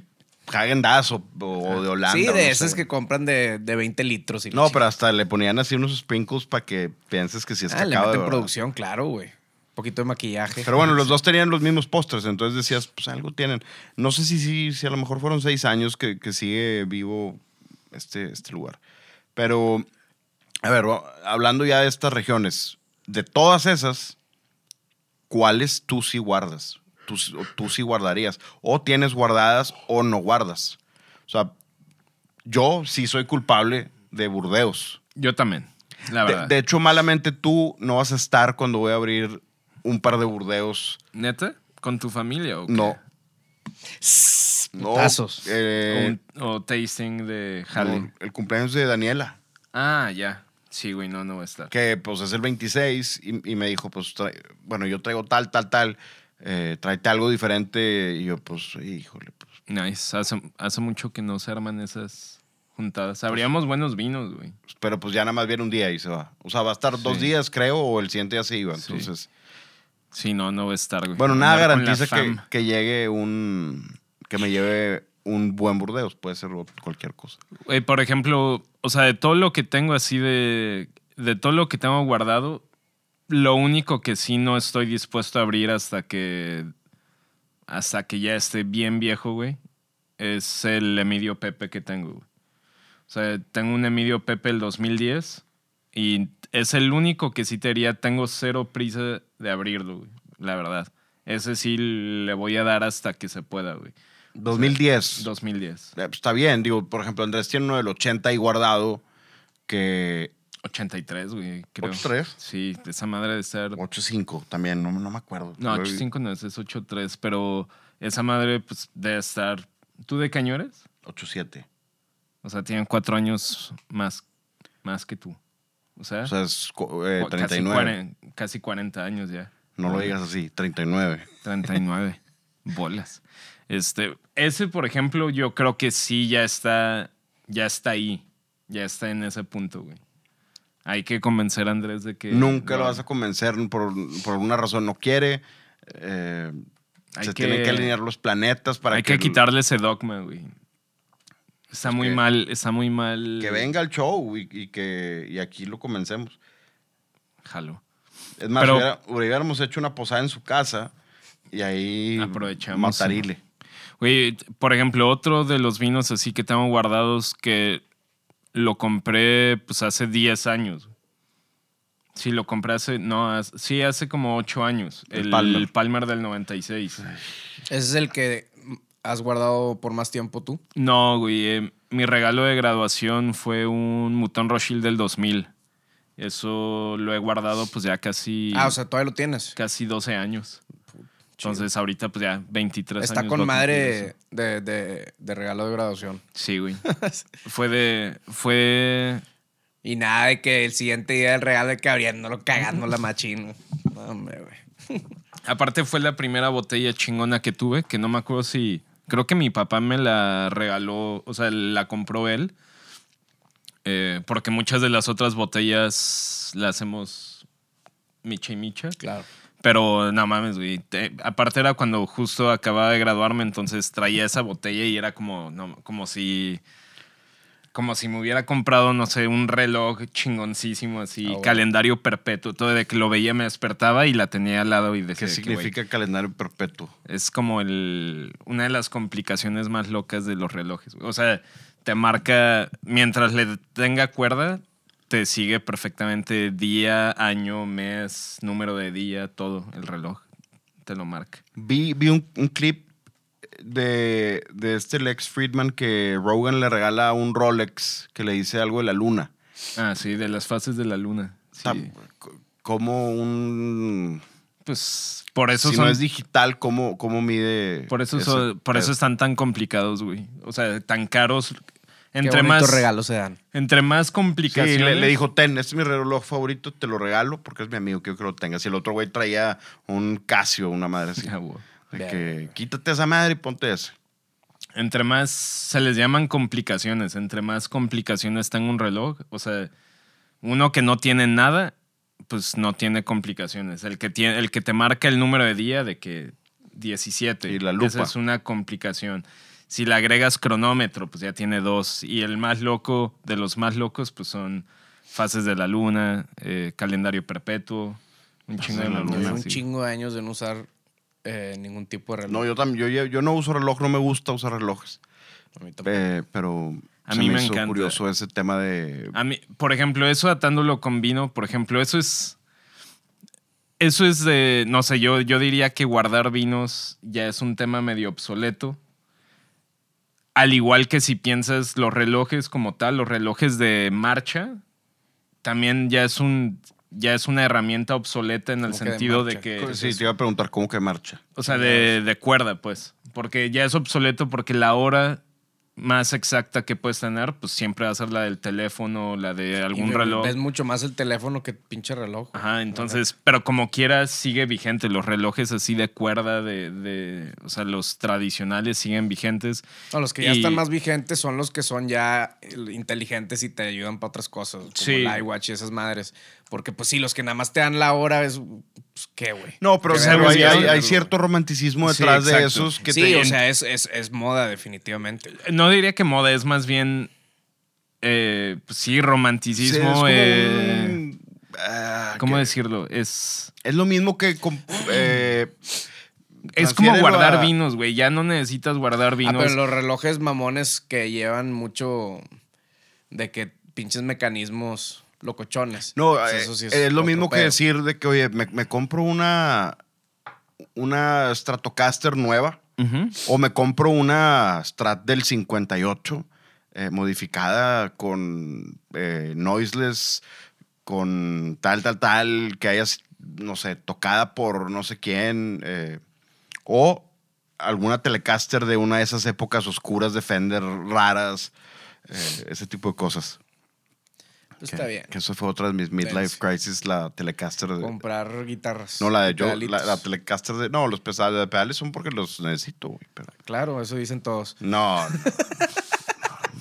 S3: Häagen-Dazs o, o de Holanda.
S2: Ah, sí,
S3: o no
S2: de
S3: sé.
S2: esas que compran de, de 20 litros. Y la
S3: No,
S2: chingada.
S3: pero hasta le ponían así unos sprinkles para que pienses que si es
S2: Ah,
S3: cacao.
S2: le
S3: de
S2: meten
S3: verdad.
S2: producción, claro, güey. Un poquito de maquillaje.
S3: Pero bueno, los dos tenían los mismos postres, entonces decías, pues algo tienen. No sé si, si, si a lo mejor fueron seis años que, que sigue vivo este, este lugar. Pero, a ver, va- hablando ya de estas regiones, de todas esas, ¿cuáles tú sí guardas? Tú, sí- o tú sí guardarías. O tienes guardadas o no guardas. O sea, yo sí soy culpable de Burdeos.
S4: Yo también, la
S3: De,
S4: verdad.
S3: de hecho, malamente tú no vas a estar cuando voy a abrir un par de Burdeos.
S4: ¿Neta? ¿Con tu familia o qué?
S3: No. No.
S2: putazos.
S3: eh,
S4: Un- o tasting de
S3: no,
S4: Jale.
S3: el cumpleaños de Daniela,
S4: Ah, ya. Sí, güey, no, no va a estar.
S3: que pues es el 26 y, y me dijo, pues, trae- bueno, yo traigo tal, tal, tal, eh, tráete algo diferente. Y yo, pues, híjole, pues,
S4: Nice. Hace, hace mucho que no se arman esas juntadas. Habríamos buenos vinos, güey.
S3: pero pues ya nada más viene un día y se va. O sea, va a estar dos
S4: Sí.
S3: días, creo, o el siguiente día se iba.
S4: Sí.
S3: Entonces,
S4: Sí, no, no va a estar, güey.
S3: bueno, nada
S4: Andar con la
S3: garantiza que,
S4: fam.
S3: que llegue un, que me lleve un buen Burdeos, puede ser cualquier cosa.
S4: Güey, Eh, por ejemplo, o sea, de todo lo que tengo así de... De todo lo que tengo guardado, lo único que sí no estoy dispuesto a abrir hasta que... Hasta que ya esté bien viejo, güey, es el Emilio Pepe que tengo, güey. O sea, tengo un Emilio Pepe del 2010 y es el único que sí te diría, tengo cero prisa de abrirlo, güey, la verdad. Ese sí le voy a dar hasta que se pueda, güey.
S3: 2010.
S4: 2010.
S3: Eh, pues, Está bien, digo, por ejemplo, Andrés tiene uno del 80 y guardado que
S4: 83, güey, creo.
S3: 83.
S4: Sí, de esa madre de estar...
S3: 8.5 también, no, no me acuerdo.
S4: No,
S3: Pero-
S4: 85 no es, es 83, pero esa madre pues debe estar... ¿Tú de qué año eres?
S3: 8.7.
S4: O sea, tienen cuatro años más, más que tú. O sea,
S3: O sea, es co- eh,
S4: cua- casi
S3: 39.
S4: cuaren- Casi 40, años ya.
S3: No lo digas así, 39.
S4: 39. Bolas. Este, ese, por ejemplo, yo creo que sí ya está, ya está ahí. Ya está en ese punto, güey. Hay que convencer a Andrés de que.
S3: Nunca lo
S4: no,
S3: vas a convencer por, por una razón, no quiere. eh,
S4: Hay
S3: se
S4: que-
S3: tienen que alinear los planetas para
S4: Hay que,
S3: que,
S4: quitarle ese dogma, güey. Está muy
S3: que-
S4: mal, está muy mal.
S3: que venga al show y, y que y aquí lo comencemos.
S4: Jalo.
S3: Es más,
S4: Pero-
S3: hubiera- hubiéramos hecho una posada en su casa y ahí
S4: Aprovechamos.
S3: matarile.
S4: Güey, t- por ejemplo, otro de los vinos así que tengo guardados que lo compré pues hace 10 años. Sí, lo compré hace, no, hace- sí, hace como 8 años.
S3: El
S4: El,
S3: Palmer.
S4: Palmer. del 96.
S2: Ese es el que has guardado por más tiempo tú.
S4: No, güey, eh, mi regalo de graduación fue un Mouton Rothschild del 2000. Eso lo he guardado pues ya casi,
S2: Ah, o sea, todavía lo tienes.
S4: casi 12 años. Entonces ahorita pues ya 23 años.
S2: Está
S4: va
S2: con
S4: a cumplir eso.
S2: madre de, de- de regalo de graduación.
S4: Sí, güey. fue de, fue
S2: Y nada de que el siguiente día del regalo de que abriéndolo, cagando la machina. No, hombre, güey.
S4: Aparte fue la primera botella chingona que tuve, que no me acuerdo si... Creo que mi papá me la regaló, o sea, la compró él, eh, porque muchas de las otras botellas las hacemos micha y micha.
S2: Claro.
S4: Pero no mames, güey. te- aparte era cuando justo acababa de graduarme, entonces traía esa botella y era como, no, como si... Como si me hubiera comprado, no sé, un reloj chingoncísimo, así,
S2: Ah, bueno.
S4: calendario perpetuo, todo de que lo veía, me despertaba y la tenía al lado y decía...
S3: ¿Qué
S4: de que, güey,
S3: significa calendario perpetuo?
S4: es como el, una de las complicaciones más locas de los relojes. güey. O sea, te marca, mientras le tenga cuerda, te sigue perfectamente día, año, mes, número de día, todo el reloj. Te lo marca.
S3: Vi, vi un, un clip de, de este Lex Friedman que Rogan le regala un Rolex que le dice algo de la luna.
S4: Ah, sí, de las fases de la luna. Sí.
S3: Tam- c- Como un...
S4: Pues por eso
S3: si
S4: son...
S3: no es digital, ¿cómo, cómo mide?
S4: por eso,
S3: ese
S4: son- por eso
S3: pedo?
S4: están tan complicados, güey. O sea, tan caros. Entre
S2: Qué
S4: más,
S2: bonitos regalos se dan.
S4: entre más
S3: Sí,
S4: complicaciones.
S3: le, le dijo, ten, este es mi reloj favorito, te lo regalo porque es mi amigo, quiero que lo tengas. Y el otro güey traía un Casio, una madre así.
S4: Ah, güey.
S3: De que quítate esa madre y ponte ese.
S4: entre más se les llaman complicaciones, entre más complicaciones tenga un reloj, o sea, uno que no tiene nada, pues no tiene complicaciones. El que, tiene, el que te marca el número de día de que 17,
S3: Y la lupa.
S4: esa es una complicación. Si le agregas cronómetro, pues ya tiene dos. Y el más loco de los más locos, pues son fases de la luna, eh, calendario perpetuo, un chingo
S3: de
S4: de
S3: la
S4: la
S3: luna,
S4: luna.
S2: un
S4: sí.
S2: chingo de años de no usar eh, ningún tipo de reloj.
S3: No, yo también, yo, yo- yo no uso reloj, no me gusta usar relojes.
S2: A mí tampoco.
S3: Eh, pero
S4: A
S3: se
S4: mí
S3: me,
S4: me
S3: hizo
S4: encanta. Ah,
S3: curioso ese tema de
S4: A mí, por ejemplo, eso atándolo con vino, por ejemplo, eso es. Eso es de. No sé, yo, yo diría que guardar vinos ya es un tema medio obsoleto. Al igual que si piensas los relojes como tal, los relojes de marcha, también ya es un. Ya es una herramienta obsoleta en el
S2: ¿Cómo que de
S4: sentido de,
S2: marcha?
S4: que.
S3: Sí, te iba a preguntar cómo que marcha.
S4: O sea, de, de cuerda, pues. Porque ya es obsoleto porque la hora más exacta que puedes tener, pues siempre va a ser la del teléfono, la de
S2: Y
S4: algún
S2: ve-
S4: reloj.
S2: Ves mucho más el teléfono que pinche reloj. güey.
S4: Ajá, entonces, pero como quiera sigue vigente. Los relojes así de cuerda, de, de- o sea, los tradicionales siguen vigentes.
S2: No, los que ya
S4: Y-
S2: están más vigentes son los que son ya eh, inteligentes y te ayudan para otras cosas, como
S4: Sí.
S2: el iWatch y esas madres. Porque, pues sí, los que nada más te dan la hora es. Pues, ¿Qué, güey?
S3: No, pero
S2: Qué
S3: o sea,
S2: verga,
S3: hay,
S2: güey.
S3: hay- hay cierto romanticismo
S4: Sí,
S3: detrás de
S4: exacto.
S3: esos que
S2: Sí,
S3: te...
S2: o sea, es, es, es moda, definitivamente. Ah, güey.
S4: No diría que moda, es más bien, eh, pues sí,
S3: Sí, es
S4: romanticismo.
S3: como
S4: eh,
S3: un- ah,
S4: ¿Cómo
S3: que-
S4: decirlo? Es...
S3: Es lo mismo que... com- eh,
S4: Es como
S3: Transfiérelo
S4: guardar
S3: a-
S4: vinos, güey. Ya no necesitas guardar
S2: Ah,
S4: vinos.
S2: pero los relojes mamones que llevan mucho de que pinches mecanismos locochones.
S3: no,
S2: Pues
S3: eh,
S2: eso sí
S3: es, lo
S2: otro
S3: mismo que
S2: pedo.
S3: decir de que, oye, me, me compro una, una Stratocaster nueva
S4: Ujú.
S3: o me compro una Strat del 58 eh, modificada con eh, noiseless, con tal, tal, tal, que hayas, no sé, tocada por no sé quién, eh, o alguna Telecaster de una de esas épocas oscuras de Fender raras, eh, ese tipo de cosas.
S2: Pues Está bien.
S3: Que eso fue otra de mis midlife crisis, la Telecaster. de-
S2: Comprar guitarras.
S3: no, la de yo,
S2: pedalitos.
S3: la, la Telecaster de... No, los pesados de pedales son porque los necesito, güey. Pero,
S2: Claro, eso dicen todos.
S3: no, no,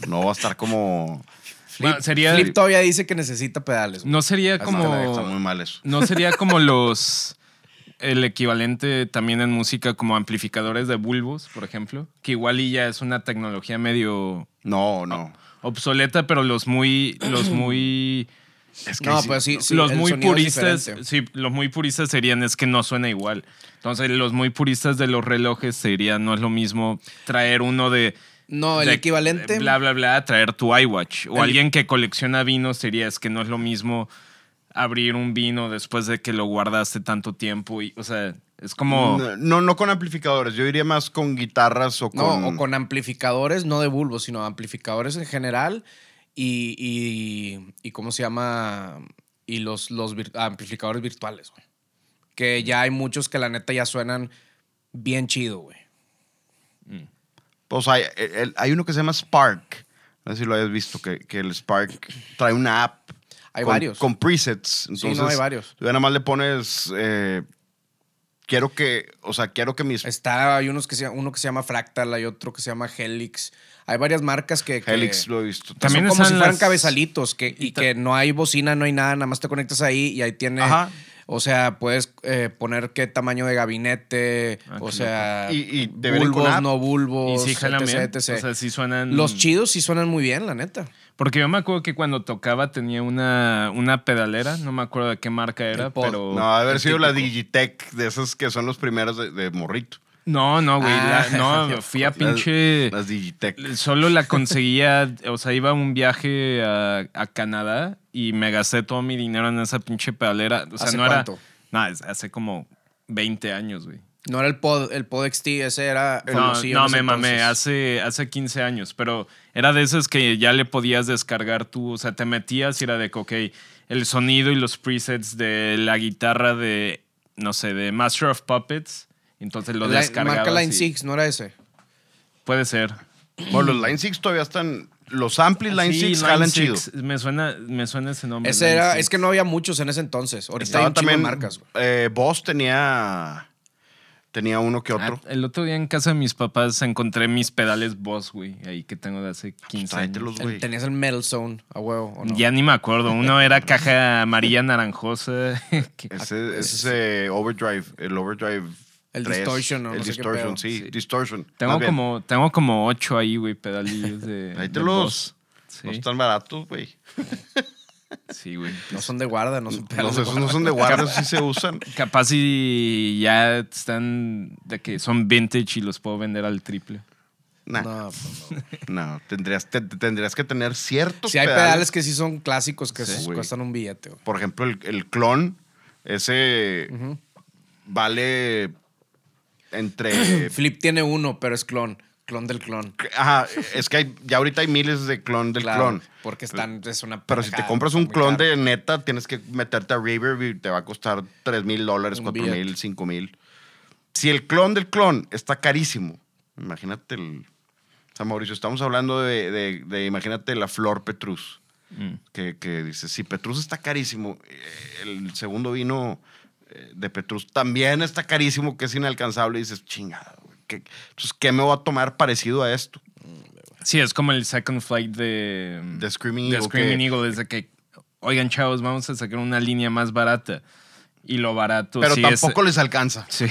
S3: no va a estar como...
S4: Bueno, sería,
S2: Flip todavía dice que necesita pedales. güey.
S4: no sería
S2: Hasta
S4: como...
S3: Está muy mal eso.
S4: No sería como los. El equivalente también en música, como amplificadores de bulbos, por ejemplo. Que igual y ya es una tecnología medio
S3: No, no.
S4: obsoleta, pero los muy. Los muy.
S3: Es que
S2: No,
S3: sí-
S2: pues sí, sí,
S4: los
S2: el
S4: muy
S2: sonido es
S4: puristas.
S2: diferente.
S4: Sí, los muy puristas serían es que no suena igual. Entonces, los muy puristas de los relojes serían, no es lo mismo traer uno de.
S2: No, el
S4: de-
S2: equivalente.
S4: Bla, bla, bla, a traer tu iWatch. O
S2: El-
S4: alguien que colecciona vinos sería, es que no es lo mismo abrir un vino después de que lo guardaste tanto tiempo. Y, o sea, es como...
S3: No, no, no con amplificadores. Yo iría más con guitarras o
S2: No,
S3: con...
S2: o con amplificadores, no de bulbo, sino amplificadores en general y, y, y ¿cómo se llama? Y los, los vir- amplificadores virtuales, güey. Que ya hay muchos que la neta ya suenan bien chido, güey.
S3: Pues hay, el- el- hay uno que se llama Spark. No sé si lo hayas visto, que, que el Spark trae una app.
S2: Hay
S3: con,
S2: varios.
S3: Con presets.
S2: no,
S3: Entonces,
S2: hay varios.
S3: Tú ya nada más le pones... eh, quiero que... O sea, quiero que mis...
S2: Está, hay unos que se, uno que se llama Fractal, hay otro que se llama Helix. Hay varias marcas que... que-
S3: Helix lo he visto.
S2: que son
S4: También
S2: como
S4: están
S2: si fueran
S4: las-
S2: cabezalitos que, y
S4: y ta-
S2: que no hay bocina, no hay nada, nada más te conectas ahí y ahí tiene...
S3: Ajá.
S2: O sea, puedes eh, poner qué tamaño de gabinete,
S4: Ah,
S2: o
S4: qué
S2: sea,
S3: loco. Y- y te vienen con
S2: bulbos,
S3: app.
S2: no bulbos,
S4: Y sí, jalan bien.
S2: etc, etc..
S4: O sea, sí suenan-
S2: Los chidos sí suenan muy bien, la neta.
S4: Porque yo me acuerdo que cuando tocaba tenía una, una pedalera, no me acuerdo de qué marca era,
S2: pod.
S4: pero...
S3: No, ha de haber sido
S2: Este
S3: la Digitech, de esas que son los primeros de, de morrito.
S4: No, no, güey.
S2: Ah.
S4: la- no, fui a
S3: Las-
S4: pinche...
S3: Las, Digitech.
S4: Solo la conseguía, o sea, iba a un viaje a, a Canadá y me gasté todo mi dinero en esa pinche pedalera. O sea,
S2: ¿Hace
S4: no
S2: cuánto?
S4: era. No, es- hace como 20 años, güey.
S2: No era el pod, el pod XT, ese era
S4: No,
S2: Ah, famosillo en
S4: no,
S2: ese
S4: me mamé,
S2: entonces.
S4: hace, hace 15 años, pero era de esas que ya le podías descargar tú, o sea, te metías y era de que, ok, el sonido y los presets de la guitarra de, no sé, de Master of Puppets, entonces lo
S2: La-
S4: descargabas.
S2: marca Line
S4: y-
S2: 6, no era ese.
S4: Puede ser.
S3: Bueno, los Line 6 todavía están... Los amplis
S2: Ah,
S3: Line
S4: Sí,
S3: 6 jalan chido.
S4: Six, Me suena, me suena ese nombre.
S2: Ese
S4: Line
S2: era,
S4: Six.
S2: es que no había muchos en ese entonces. Ahorita hay
S3: Estaba
S2: un chingo de
S3: también.
S2: marcas, güey.
S3: eh, Boss tenía. Tenía uno que otro.
S4: Ah, el otro día en casa de mis papás encontré mis pedales Boss, güey, ahí que tengo de hace
S3: Pues
S4: 15 años.
S3: Tráetelos, güey.
S2: Tenías el Metal Zone, a huevo, ¿o no?
S4: Ya ni me acuerdo. Uno era caja amarilla naranjosa. que-
S3: Ese, ese es eh, Overdrive. El Overdrive.
S2: pues, El
S3: 3,
S2: Distortion, ¿no?
S3: El
S2: No sé qué
S3: Distortion,
S2: pedo.
S3: sí,
S4: Sí.
S3: Distortion.
S4: tengo,
S3: Más bien,
S4: como, tengo como ocho ahí, güey, pedalillos de.
S3: Tráetelos.
S4: de Boss. Sí,
S3: No están baratos, güey.
S4: sí, güey.
S2: No son de guarda, no son
S3: No, esos no son de guarda, esos sí se usan.
S4: Capaz si ya están de que son vintage y los puedo vender al triple.
S3: Nah, no,
S2: No, pues, no.
S3: tendrías, te- te- tendrías que tener ciertos.
S2: Si hay pedales que sí son clásicos que
S3: Sí,
S2: esos
S3: güey.
S2: cuestan un billete, güey.
S3: Por ejemplo, el, el clon, ese vale entre.
S2: Flip tiene uno, pero es clon. Clon del clon.
S3: Ajá, es que hay- ya ahorita hay miles de clon del
S2: Claro,
S3: clon.
S2: Porque están, es una
S3: Pero si te
S2: pendejada,
S3: compras
S2: está
S3: un
S2: muy
S3: clon
S2: caro.
S3: de neta, tienes que meterte a Reverb y te va a costar 3 mil dólares,
S2: Un
S3: 4
S2: billete.
S3: mil, 5 mil. Si el clon del clon está carísimo, imagínate el. San Mauricio, estamos hablando de, de- de, imagínate la flor Petrus,
S4: Mm.
S3: que, que dice, si Petrus está carísimo, eh, el segundo vino eh, de Petrus también está carísimo, que es inalcanzable, y dices, chingada, güey, ¿qué- entonces, ¿qué me va a tomar parecido a esto?
S4: Sí, es como el second flight de.
S3: De Screaming
S4: Mm. de
S3: Eagle,
S4: Screaming
S3: que-
S4: Eagle, desde que, oigan, chavos, vamos a sacar una línea más barata. Y lo barato
S3: Pero
S4: sí es-
S3: tampoco les alcanza.
S4: Sí.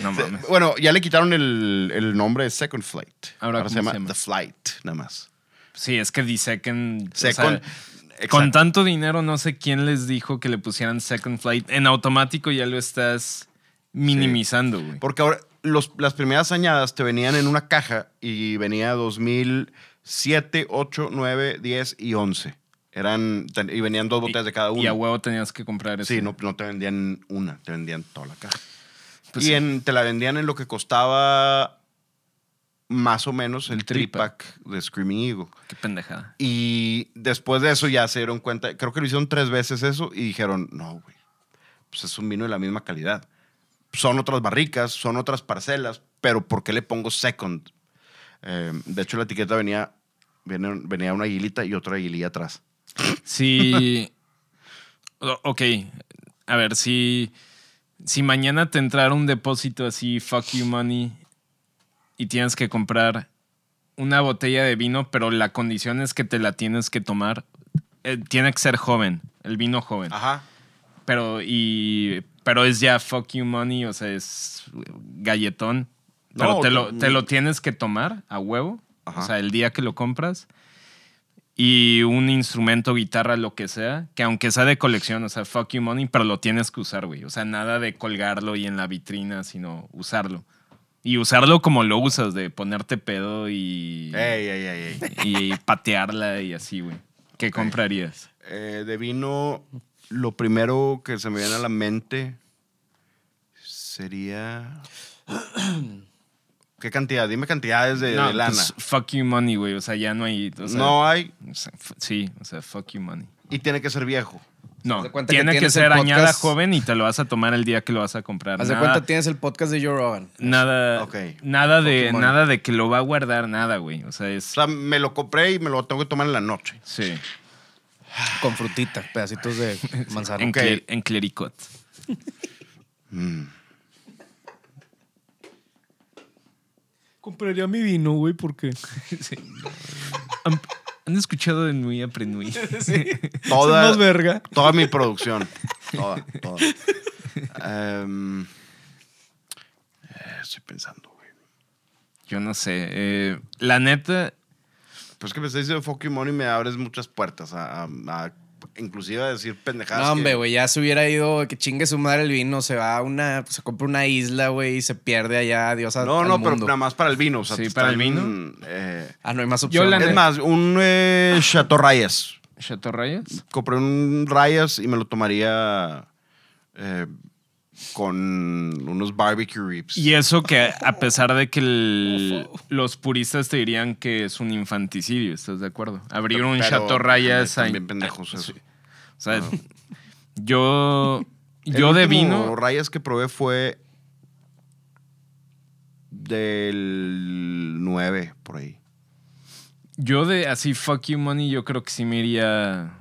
S4: no mames.
S3: Bueno, ya le quitaron el, el nombre de Second Flight.
S4: Ahora, ¿cómo
S3: se, llama
S4: se llama?
S3: The Flight, nada más.
S4: Sí, es que disecen.
S3: Second. exacto.
S4: con tanto dinero, no sé quién les dijo que le pusieran Second Flight. En automático ya lo estás minimizando, güey.
S3: Porque ahora los, las primeras añadas te venían en una caja y venía 2007, 8, 9, 10 y 11. Eran, ten- y venían dos botellas de cada uno.
S4: Y a huevo tenías que comprar eso.
S3: Sí, no, no te vendían una, te vendían toda la caja.
S4: Pues
S3: y
S4: sí.
S3: en- te la vendían en lo que costaba más o menos el
S4: El tripack.
S3: tripack de Screaming Eagle.
S4: Qué pendejada.
S3: Y después de eso ya se dieron cuenta, creo que lo hicieron tres veces eso y dijeron, no, güey, pues es un vino de la misma calidad. Son otras barricas, son otras parcelas, pero ¿por qué le pongo second? Em, Eh, de hecho, la etiqueta venía, viene- venía una aguilita y otra aguililla atrás.
S4: Si. O- ok. A ver, si. Si mañana te entrara un depósito así, fuck you money, y tienes que comprar una botella de vino, pero la condición es que te la tienes que tomar. eh, tiene que ser joven, el vino joven.
S3: Ajá.
S4: Pero, y, pero es ya fuck you money, o sea, es galletón. Pero
S3: No,
S4: te, lo,
S3: no.
S4: te lo tienes que tomar a huevo,
S3: Ajá.
S4: o sea, el día que lo compras. Y un instrumento, guitarra, lo que sea, que aunque sea de colección, o sea, fuck you money, pero lo tienes que usar, güey. O sea, nada de colgarlo y en la vitrina, sino usarlo. Y usarlo como lo usas, de ponerte pedo y,
S3: Ey, ey, ey, ey.
S4: y patearla y así, güey. ¿Qué comprarías?
S3: Eh, de vino, lo primero que se me viene a la mente sería. ¿Qué cantidad? Dime cantidades de, de lana.
S4: pues, fuck you money, güey. O sea, ya no hay. o sea,
S3: no hay
S4: o sea, f- sí, o sea, fuck you money.
S3: y tiene que ser viejo.
S4: No,
S2: Haz de cuenta que
S4: tiene que,
S2: tienes el
S4: ser añada
S2: podcast-
S4: joven y te lo vas a tomar el día que lo vas a comprar.
S2: Haz de
S4: nada,
S2: cuenta, tienes el podcast de Joe Rogan.
S4: nada,
S3: Ok.
S4: nada
S2: Fuck
S4: de,
S2: you money.
S4: nada de que lo va a guardar, nada, güey. O sea,
S3: O
S4: es.
S3: sea, me lo compré y me lo tengo que tomar en la noche.
S4: Sí.
S2: Con frutita, pedacitos de manzana.
S4: En, cler- en clericot.
S7: Compraría mi vino, güey, porque.
S4: Sí. ¿Han, han escuchado de Nui Aprenui?
S3: Toda,
S7: Es más verga.
S3: Toda mi producción. Toda, toda. Em, eh, estoy pensando, güey.
S4: Yo no sé. eh, la neta,
S3: Pues que me estás diciendo fuck you money me abres muchas puertas a, a- a- inclusive a decir pendejadas.
S2: No,
S3: que-
S2: hombre, güey, ya se hubiera ido, que chingue su madre el vino, se va a una, se compra una isla, güey, y se pierde allá, adiós a,
S3: No,
S2: al
S3: no, pero
S2: mundo.
S3: nada más para el vino. O sea,
S4: Sí,
S3: te
S4: para el
S3: están, eh,
S2: Ah, no hay más
S4: Yo
S2: opciones.
S4: la
S3: es
S4: neta-
S3: más, un eh, Chateau Rayas.
S4: ¿Chateau Rayas?
S3: Compré un Rayas y me lo tomaría eh, con unos barbecue ribs.
S4: Y eso que a pesar de que el- los puristas te dirían que es un infanticidio, ¿estás de acuerdo? Abrir un
S3: Pero-
S4: Chateau Rayas
S3: están
S4: a-
S3: bien pendejos eso.
S4: O sea, yo,
S3: El
S4: yo de
S3: último
S4: vino,
S3: Rayas que probé fue del 9 por ahí.
S4: yo de así fuck you money, yo creo que sí me iría,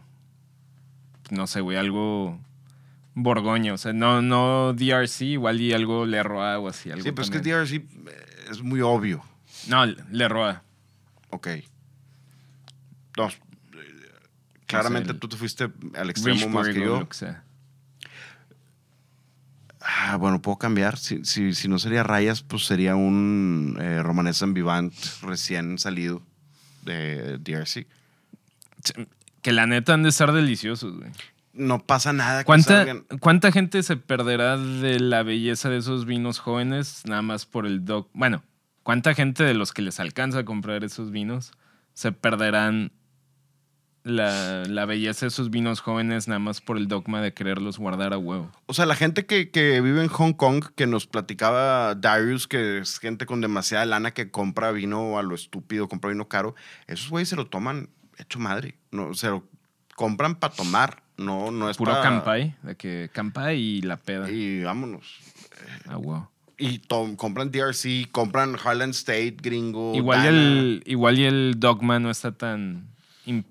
S4: no sé, güey, algo borgoño, o sea, no, no DRC, igual y algo Leroy o así. Algo
S3: Sí, pero es que
S4: también.
S3: DRC eh, es muy obvio.
S4: No, Leroy.
S3: Ok. No, eh, claramente
S4: el
S3: tú te fuiste al extremo más
S4: Richburg
S3: que
S4: o
S3: yo.
S4: lo que sea.
S3: Ah, bueno, puedo cambiar. Si, si- si no sería Rayas, pues sería un eh, romanés ambivant recién salido de DRC.
S4: Que la neta han de estar deliciosos, güey.
S3: No pasa nada. que
S4: ¿Cuánta,
S3: salgan-
S4: ¿Cuánta gente se perderá de la belleza de esos vinos jóvenes nada más por el doc? Bueno, ¿cuánta gente de los que les alcanza a comprar esos vinos se perderán la, la belleza de esos vinos jóvenes nada más por el dogma de quererlos guardar a huevo?
S3: O sea, la gente que, que vive en Hong Kong, que nos platicaba Darius, que es gente con demasiada lana que compra vino a lo estúpido, compra vino caro, esos güeyes se lo toman hecho madre. No, se lo compran para tomar, no, no es
S4: Puro
S3: pa-
S4: campai, de que campai y la peda
S3: Y vámonos.
S4: a huevo.
S3: Y tom- compran DRC, compran Highland State, gringo.
S4: Igual y,
S3: Dana.
S4: el, igual y el dogma no está tan im-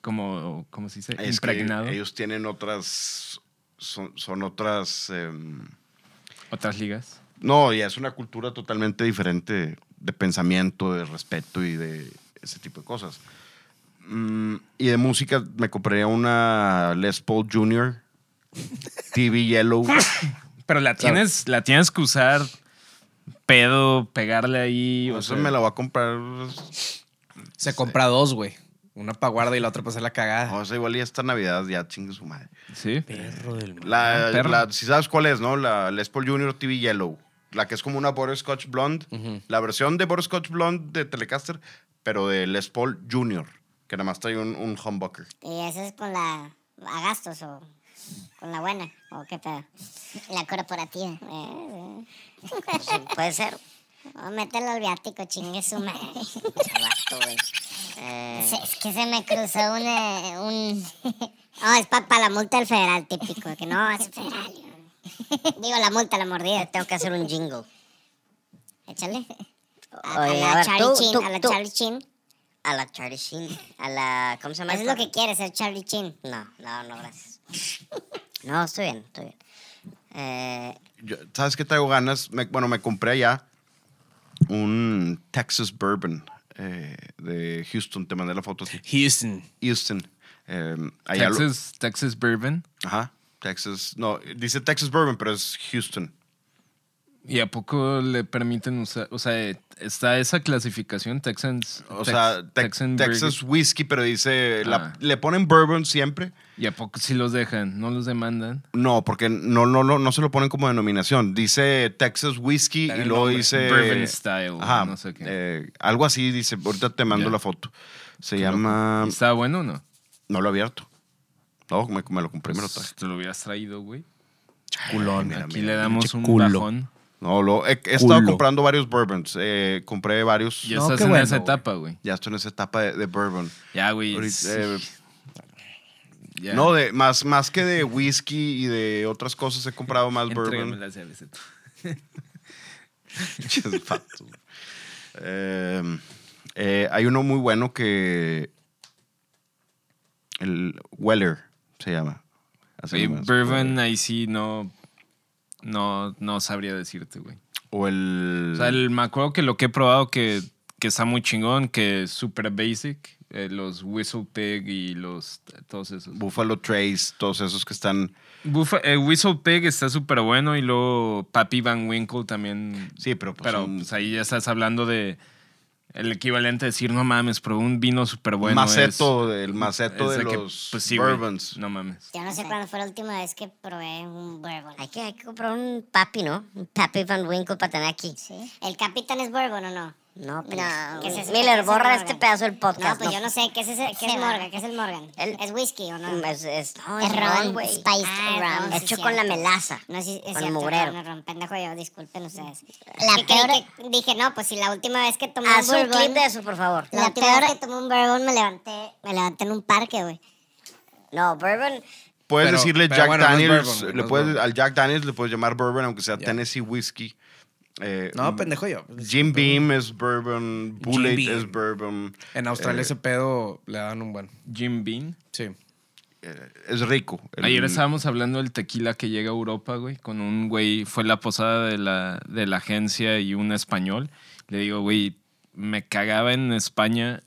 S4: como, ¿cómo se dice?
S3: Es que
S4: e-, impregnado.
S3: ellos tienen otras. Son, son otras. em,
S4: Otras ligas.
S3: No, ya es una cultura totalmente diferente de pensamiento, de respeto y de ese tipo de cosas. Mm, y de música me compraría una Les Paul Junior, TV Yellow.
S4: Pero la tienes, la tienes que usar pedo, pegarle ahí. o
S3: Eso
S4: sea,
S3: me la va a comprar.
S2: Se
S3: eh,
S2: compra dos, güey. Una pa' guarda y la otra para hacer la cagada.
S3: O sea, igual y esta Navidad ya chingue su madre.
S4: Sí.
S3: La,
S4: Ah, perro.
S3: la- si sabes cuál es, ¿no? La Les Paul Junior TV Yellow. La que es como una Butterscotch Blonde. La versión de Butterscotch Blonde de Telecaster, pero de Les Paul Junior, que nada más trae un, un humbucker.
S5: Y esa es con la. a gastos o. con la buena. ¿O qué pedo?
S6: La corporativa.
S5: Eh,
S1: Puede ser.
S5: O mételo al viático, chingue su madre.
S1: Vato, güey. Eh,
S5: Se- Es que se me cruzó una, un... No, es para la multa del federal típico. Que no, es federal. Digo, la multa, la mordida.
S1: tengo que hacer un jingle.
S5: Échale. A, a
S1: Oye,
S5: la
S1: a ver,
S5: Charlie
S1: tú,
S5: Chin,
S1: tú,
S5: a la
S1: tú.
S5: Charlie Chin.
S1: a la Charlie Sheen, a la... ¿Cómo se llama?
S5: Eso es
S1: esto?
S5: lo que quieres, ser Charlie Chin.
S1: No, no, no, gracias. No, estoy bien, estoy bien. Eh,
S3: Yo- ¿Sabes qué traigo ganas? Me- bueno, me compré allá un Texas Bourbon eh, de Houston. Te mandé la foto así.
S2: Houston.
S3: Houston. Eh, allá lo-
S4: Texas, Texas Bourbon.
S3: ajá. Texas. No, dice Texas Bourbon, pero es Houston.
S4: ¿Y a poco le permiten usar? O sea, eh, está esa clasificación, Texans.
S3: O
S4: Tex-
S3: sea, Tex-
S4: Texan
S3: Texas
S4: Bourbon.
S3: Whiskey, pero dice. la-
S4: Ah.
S3: ¿Le ponen bourbon siempre?
S4: ¿Y a poco sí los dejan? ¿No los demandan?
S3: No, porque no, no, no, no se lo ponen como denominación. Dice Texas Whiskey
S2: Está en
S3: y
S2: el
S3: luego
S2: nombre.
S3: dice.
S4: Bourbon Style,
S3: Eh, Ajá.
S4: no sé qué.
S3: eh, algo así dice. Ahorita te mando
S4: Ya.
S3: la foto. Se llama.
S4: ¿Y ¿Está bueno o no?
S3: No lo he abierto. No, me, me lo compré y me lo
S4: Pues,
S3: traje.
S4: te lo hubieras traído, güey.
S2: Culón.
S3: mira,
S4: Aquí le damos
S2: pinche
S4: un
S2: culo.
S4: bajón.
S3: No, lo, he, he estado
S2: Culo.
S3: comprando varios bourbons. Eh, compré varios.
S4: Ya
S2: No,
S4: estás
S2: qué
S4: en
S2: bueno,
S4: esa
S2: güey.
S4: etapa, güey.
S3: Ya estoy en esa etapa de, de bourbon.
S4: Ya, güey.
S3: Ahorita,
S4: sí,
S3: eh,
S4: ya.
S3: No, de, más, más que de whisky y de otras cosas, he comprado más
S4: Entrégame
S3: bourbon.
S4: las llaves de tu-
S3: Pinches vatos. Eh, eh, hay uno muy bueno que. El Weller se llama. Así
S4: Oye,
S3: nomás.
S4: Bourbon, ahí sí no, no, no sabría decirte, güey.
S3: O el.
S4: O sea, el- me acuerdo que lo que he probado que, que está muy chingón, que es super basic, eh, los Whistle Pig y los todos esos.
S3: Buffalo Trace, todos esos que están.
S4: Bufa- eh, Whistle Pig está súper bueno y luego Papi Van Winkle también.
S3: Sí, pero pues,
S4: pero
S3: son-
S4: pues, ahí ya estás hablando de el equivalente a decir, no mames, probé un vino súper bueno.
S3: maceto, el maceto de,
S4: que,
S3: los
S4: pues sí, güey,
S3: bourbons.
S4: No mames.
S5: Yo no sé cuándo fue la última vez que probé un bourbon.
S1: hay, que, hay que comprar un papi, ¿no? Un papi Van Winkle para tener aquí.
S5: ¿El capitán es bourbon o no?
S1: No, pero...
S5: No,
S1: ¿Qué es
S5: güey.
S1: eso? Miller, borra
S5: Ese
S1: este
S5: Morgan.
S1: pedazo del podcast.
S5: No, pues yo no sé. ¿Qué es, ese, qué es
S6: Sí,
S5: Morgan? ¿Qué es el Morgan?
S1: El-
S5: ¿Es whisky o no?
S1: Mm, Es, es, no,
S6: Es
S1: es ron,
S6: ron,
S1: güey.
S6: spiced
S5: Ah,
S6: rum.
S5: ron.
S1: Es
S5: sí,
S1: hecho con la
S5: cierto.
S1: melaza.
S5: No, sí, es
S1: con
S5: cierto,
S1: ah, mugrero.
S5: No, no, pendejo yo, disculpen ustedes.
S6: La
S5: Que creí
S6: peor,
S5: que- dije, no, pues si la última vez que tomé
S1: Haz
S5: un
S1: un Ah, clip
S5: bourbon...
S1: de eso, por favor.
S5: La,
S6: La
S5: última
S6: peor-
S5: vez que tomé un bourbon me levanté, me levanté en un parque, güey.
S1: No, bourbon...
S3: Puedes
S2: Pero-
S3: decirle
S2: pero
S3: Jack
S2: bueno, no es
S3: Daniels,
S2: bourbon, güey,
S3: le
S2: no es
S3: puedes,
S2: bourbon.
S3: al Jack Daniels le puedes llamar bourbon, aunque sea
S2: Ya.
S3: Tennessee whiskey. Eh,
S2: No, pendejo yo. pues,
S3: Jim Beam es bourbon, Bullet
S2: Beam.
S3: es bourbon.
S2: En Australia ese pedo le dan un buen.
S4: Jim Beam.
S2: Sí.
S3: Eh, es rico. El-
S4: Ayer estábamos hablando del tequila que llega a Europa, güey, con un güey, fue la posada de la, de la agencia y un español. Le digo, güey, me cagaba en España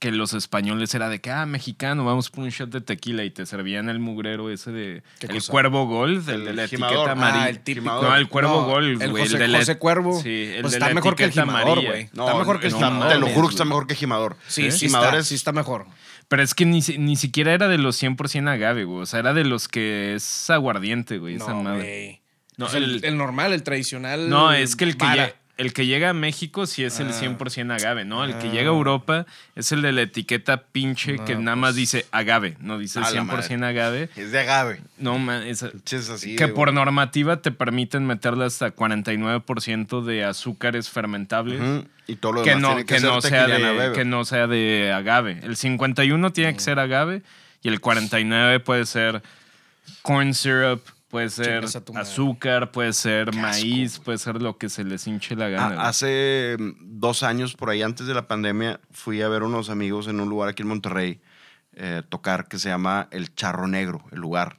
S4: que los españoles era de que, ah, mexicano, vamos por un shot de tequila y te servían el mugrero ese de...
S2: ¿Qué
S4: El
S2: cosa?
S4: cuervo gold, el,
S3: El
S4: de la
S3: jimador.
S4: etiqueta
S3: Ah,
S4: amarilla.
S3: el típico.
S4: No, el cuervo
S2: No,
S4: gold,
S2: el
S4: güey.
S2: José-
S4: de la-
S2: José Cuervo.
S4: Sí, el
S2: Pues
S4: de
S2: está
S4: la
S2: mejor que el
S4: etiqueta
S2: jimador,
S4: amarilla.
S2: güey.
S3: No,
S2: está mejor que el
S3: está-
S2: jimador,
S3: Te lo
S2: güey.
S3: juro que está mejor que Jimador.
S4: ¿Eh?
S2: Sí, sí,
S3: Jimador
S2: está,
S3: es-
S2: sí está mejor.
S4: Pero es que ni, si- ni siquiera era de los 100% agave, güey. O sea, era de los que es aguardiente, güey. esa
S2: No,
S4: madre.
S2: güey.
S4: No,
S2: Pues
S4: el-
S2: el, el normal, el tradicional.
S4: No, es que el que,
S2: Mm, vara.
S4: lle- el que llega a México sí es el
S2: Ah.
S4: 100% agave, ¿no? El que
S2: Ah.
S4: llega a Europa es el de la etiqueta pinche que
S2: No, pues.
S4: nada más dice agave, no dice
S3: A la
S4: 100% agave.
S3: Es de agave.
S4: No, man, esa-
S3: Es así
S4: que
S3: de-
S4: por normativa te permiten meterle hasta 49% de azúcares fermentables.
S3: Ujú, Y todo lo
S4: Que
S3: demás
S4: no,
S3: tiene
S4: que,
S3: ser
S4: no sea
S3: tequiliana,
S4: de,
S3: bebe.
S4: que no sea de agave. El 51 tiene que ser agave y el 49 puede ser corn syrup, puede ser
S2: Chingas a tu madre.
S4: azúcar, puede ser maíz, puede ser lo que se les hinche la
S3: Ah,
S4: gana. güey.
S3: hace mm, dos años, por ahí antes de la pandemia, fui a ver unos amigos en un lugar aquí en Monterrey eh, tocar que se llama El Charro Negro, el lugar.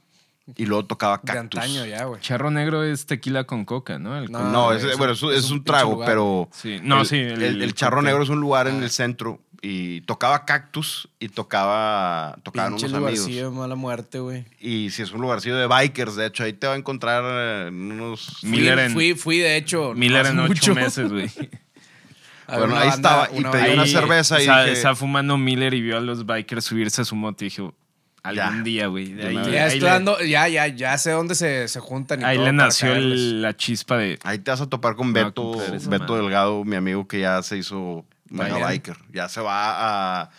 S3: Y luego tocaba
S2: De
S3: cactus.
S2: antaño ya, güey.
S4: Charro negro es tequila con coca, ¿no? El
S2: No.
S4: con-
S3: No,
S2: Ah,
S3: es,
S2: güey, es
S3: bueno,
S2: un-
S3: es, un- es
S2: es
S3: un
S2: un
S3: trago,
S2: pinche lugar.
S3: pero.
S4: Sí, no,
S3: el,
S4: sí,
S3: El,
S4: el-
S3: el Charro Negro es un lugar en
S2: Ah.
S3: el centro y tocaba cactus y tocaba tocaban
S2: Pinche
S3: unos amigos.
S2: lugarcillo de mala muerte, güey.
S3: Y si es un lugarcillo de bikers, de hecho, ahí te va a encontrar eh, unos.
S4: Mi- Miller
S2: Fui-
S4: en-
S2: fui, fui, de hecho.
S4: Miller
S2: no
S4: en
S2: hace
S4: ocho
S2: mucho.
S4: meses, güey.
S2: A ver,
S3: Bueno,
S2: una
S3: ahí
S2: banda-
S3: estaba y
S2: una
S3: pedí
S2: banda-
S3: una
S4: Ahí
S3: cerveza y
S4: está,
S3: dije-
S4: está fumando Miller y vio a los bikers subirse a su moto y dije, algún
S3: Ya.
S4: día, güey. de ahí-
S3: una vez.
S2: Ya,
S4: ahí
S2: estoy
S4: le-
S2: dando- ya, ya, ya sé dónde se, se juntan. Y
S4: ahí
S2: todo
S4: le
S2: para
S4: nació el-
S2: caerles.
S4: la chispa de...
S3: Ahí te vas a topar con
S4: Me va a
S3: Beto,
S4: comprar esa
S3: Beto
S4: madre.
S3: Delgado, mi amigo que ya se hizo mega biker.
S2: Biker.
S3: Ya se va a.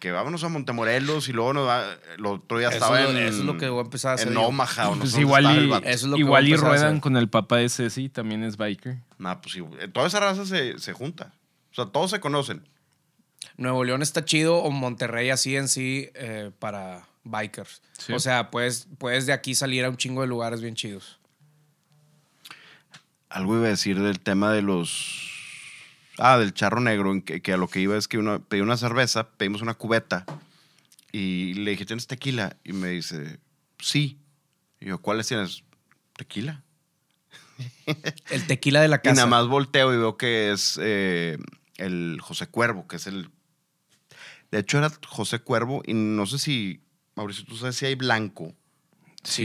S3: Que vámonos a Montemorelos y luego nos va. El otro día
S2: Eso
S3: estaba
S2: es lo-
S3: en.
S2: eso es lo que voy a empezar a hacer
S3: En
S2: yo.
S3: Omaha o no
S4: Pues
S3: sé dónde
S4: igual
S3: estaba el
S4: y,
S3: vato.
S2: Eso es lo que
S4: igual
S2: voy a
S4: y
S2: empezar a
S4: ruedan
S2: hacer.
S4: con el papá de Ceci, también es biker.
S3: Nah, pues sí, güey. Toda esa raza se, se junta. O sea, todos se conocen.
S2: Nuevo León está chido o Monterrey así en sí eh, para bikers.
S4: Sí.
S2: O sea, puedes, puedes de aquí salir a un chingo de lugares bien chidos.
S3: Algo iba a decir del tema de los Ah, del charro negro, en que, que a lo que iba es que uno pedí una cerveza, pedimos una cubeta y le dije, ¿tienes tequila? Y me dice, sí. Y yo, ¿cuáles tienes? Tequila.
S2: El tequila de la
S3: Y
S2: casa.
S3: nada más volteo y veo que es eh, el José Cuervo, que es el. De hecho, era José Cuervo, y no sé si, Mauricio, tú sabes si hay blanco.
S4: Sí,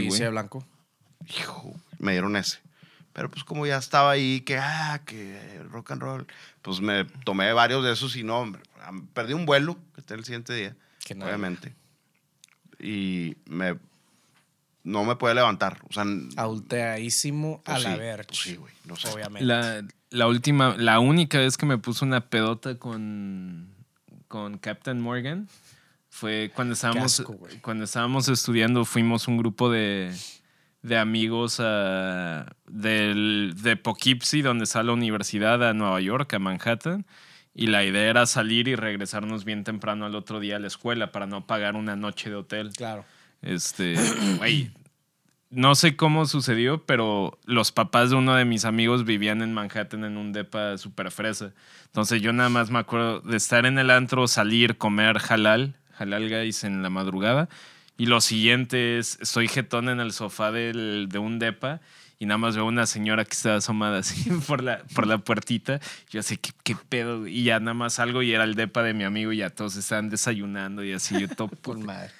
S2: Sí,
S4: güey.
S2: sí, de blanco.
S3: Hijo, me dieron ese. Pero pues como ya estaba ahí, que ah, que rock and roll, pues me tomé varios de esos y no, hombre, am- perdí un vuelo, que está el siguiente día,
S2: Qué nada.
S3: obviamente. Y me, no me podía levantar, o sea, n-
S2: Adulteadísimo
S3: pues
S2: a la
S3: sí,
S2: verga.
S3: pues sí, güey, no sé.
S2: Obviamente.
S4: La, la última, la única vez que me puso una pedota con, con Captain Morgan fue cuando estábamos,
S2: asco, güey.
S4: cuando estábamos estudiando, fuimos un grupo de, de amigos a- del, de Poughkeepsie, donde está la universidad, a Nueva York, a Manhattan. Y la idea era salir y regresarnos bien temprano al otro día a la escuela para no pagar una noche de hotel.
S2: Claro.
S4: Este, güey, no sé cómo sucedió, pero los papás de uno de mis amigos vivían en Manhattan en un depa super fresa. Entonces yo nada más me acuerdo de estar en el antro, salir, comer halal, halal guys en la madrugada. Y lo siguiente es, estoy jetón en el sofá del- de un depa y nada más veo una señora que está asomada así por la, por la puertita. Yo así, ¿qué, qué pedo? Y ya nada más salgo y era el depa de mi amigo y ya todos estaban desayunando y así yo topo.
S2: Con madre.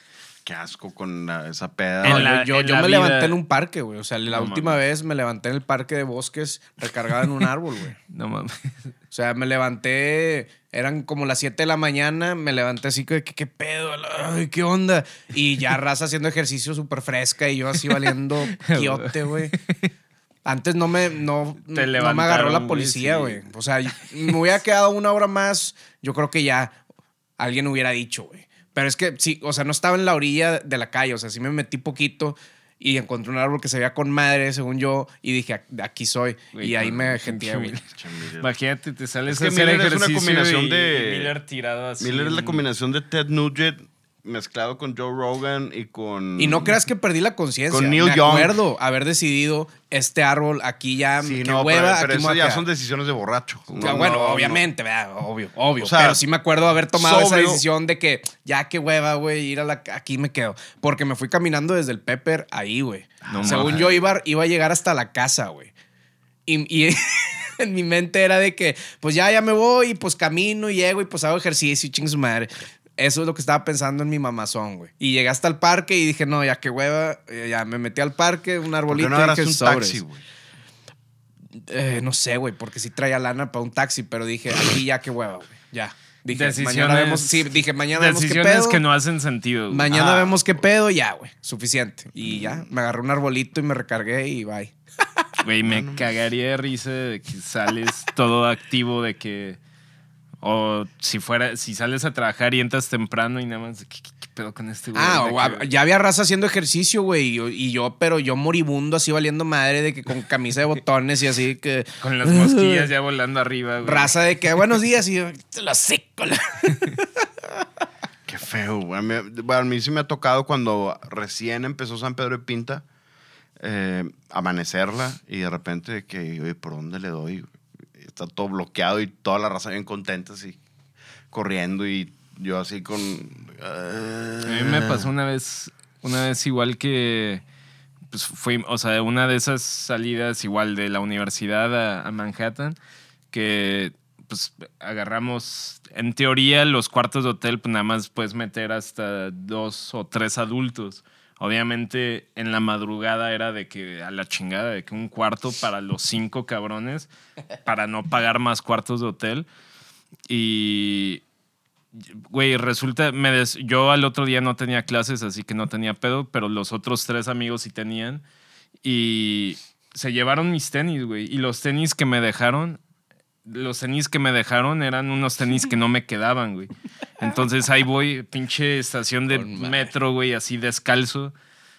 S3: Qué asco con la- esa peda.
S4: En
S2: No,
S4: la-
S2: yo yo-
S4: en
S2: yo
S4: la
S2: me
S4: vida-
S2: levanté en un parque, güey. O sea, la
S4: No
S2: última
S4: mames.
S2: vez me levanté en el parque de bosques recargada en un árbol, güey.
S4: No mames.
S2: O sea, me levanté, eran como las 7 de la mañana, me levanté así que, ¿qué, qué pedo? Ay, ¿qué onda? Y ya raza haciendo ejercicio súper fresca y yo así valiendo quiote, güey. Antes no me, no, no
S4: Te
S2: me agarró
S4: levantaron,
S2: la
S4: güey,
S2: policía,
S4: sí.
S2: güey. O sea, me hubiera quedado una hora más, yo creo que ya alguien hubiera dicho, güey. Pero es que sí, o sea, no estaba en la orilla de la calle, o sea, sí me metí poquito y encontré un árbol que se veía con madre, según yo, y dije, "Ac- aquí soy.
S4: Güey,
S2: y ahí
S4: con-
S2: me
S4: con
S2: genteé, güey.
S4: Miller. Imagínate, te sales
S3: Es que
S4: a hacer
S3: Miller es una
S4: ejercicio
S3: combinación
S4: y-
S3: de-
S4: y Miller tirado así.
S3: Miller es la
S4: en-
S3: combinación de Ted Nugent mezclado con Joe Rogan y con...
S2: Y no creas que perdí la conciencia.
S3: Mm. Con Neil
S2: Me
S3: Young.
S2: acuerdo haber decidido este árbol aquí ya
S3: Sí,
S2: que
S3: no, pero-
S2: hueva,
S3: pero,
S2: aquí me
S3: eso
S2: voy a
S3: ya
S2: quedar.
S3: son decisiones de borracho.
S2: O
S3: No,
S2: sea, bueno,
S3: no, no.
S2: obviamente, ¿verdad? obvio, obvio.
S3: O sea,
S2: pero sí me acuerdo haber tomado esa
S3: sobrio.
S2: decisión de que ya qué hueva, güey, ir a la aquí me quedo, porque me fui caminando desde el Pepper ahí, güey.
S4: No
S2: Según
S4: mames.
S2: yo iba iba a llegar hasta la casa, güey. Y, y en mi mente era de que pues ya ya me voy y pues camino y llego y pues hago ejercicio y ching su madre. Eso es lo que estaba pensando en mi mamazón, güey. Y llegué hasta el parque y dije, no, ya qué hueva. eh, Ya me metí al parque, un
S3: ¿Por qué
S2: arbolito
S3: no
S2: y dije,
S3: agarraste un
S2: "Sobres".
S3: taxi, güey?
S2: Eh, no sé, güey, porque sí traía lana para un taxi, pero dije, aquí ya qué hueva, güey. Ya. Dije, mañana vemos. Sí, dije, mañana vemos qué
S4: decisiones
S2: pedo.
S4: que no hacen sentido. güey.
S2: Mañana
S3: Ah.
S2: vemos qué pedo, ya, güey. Suficiente. Y ya, me agarré un arbolito y me recargué y bye.
S4: Güey, me cagaría de risa de que sales todo activo, de que. O si fuera, si sales a trabajar y entras temprano y nada más, ¿qué, qué- qué pedo con este güey?
S2: Ah,
S4: De
S2: o-
S4: que-
S2: ya había raza haciendo ejercicio, güey. Y, yo- y yo, pero yo moribundo, así valiendo madre, de que con camisa de botones y así que.
S4: Con las mosquillas ya volando arriba, güey.
S2: Raza de que buenos días y yo, "Te lo sé,
S3: Qué feo, güey. A mí, bueno, a mí sí me ha tocado cuando recién empezó San Pedro de Pinta, eh, amanecerla y de repente de que, oye, ¿por dónde le doy? Está todo bloqueado y toda la raza bien contenta, así, corriendo y yo así con... Ah.
S4: A mí me pasó una vez, una vez igual que, pues fui, o sea, una de esas salidas igual de la universidad a, a Manhattan, que pues agarramos, en teoría los cuartos de hotel, pues nada más puedes meter hasta dos o tres adultos. Obviamente en la madrugada era de que a la chingada, de que un cuarto para los cinco cabrones, para no pagar más cuartos de hotel. Y Güey, resulta, me des- yo al otro día no tenía clases, así que no tenía pedo, pero los otros tres amigos sí tenían. Y se llevaron mis tenis, güey. Y los tenis que me dejaron, los tenis que me dejaron eran unos tenis que no me quedaban, güey. Entonces ahí voy, pinche estación de
S2: Con madre.
S4: metro, güey, así descalzo.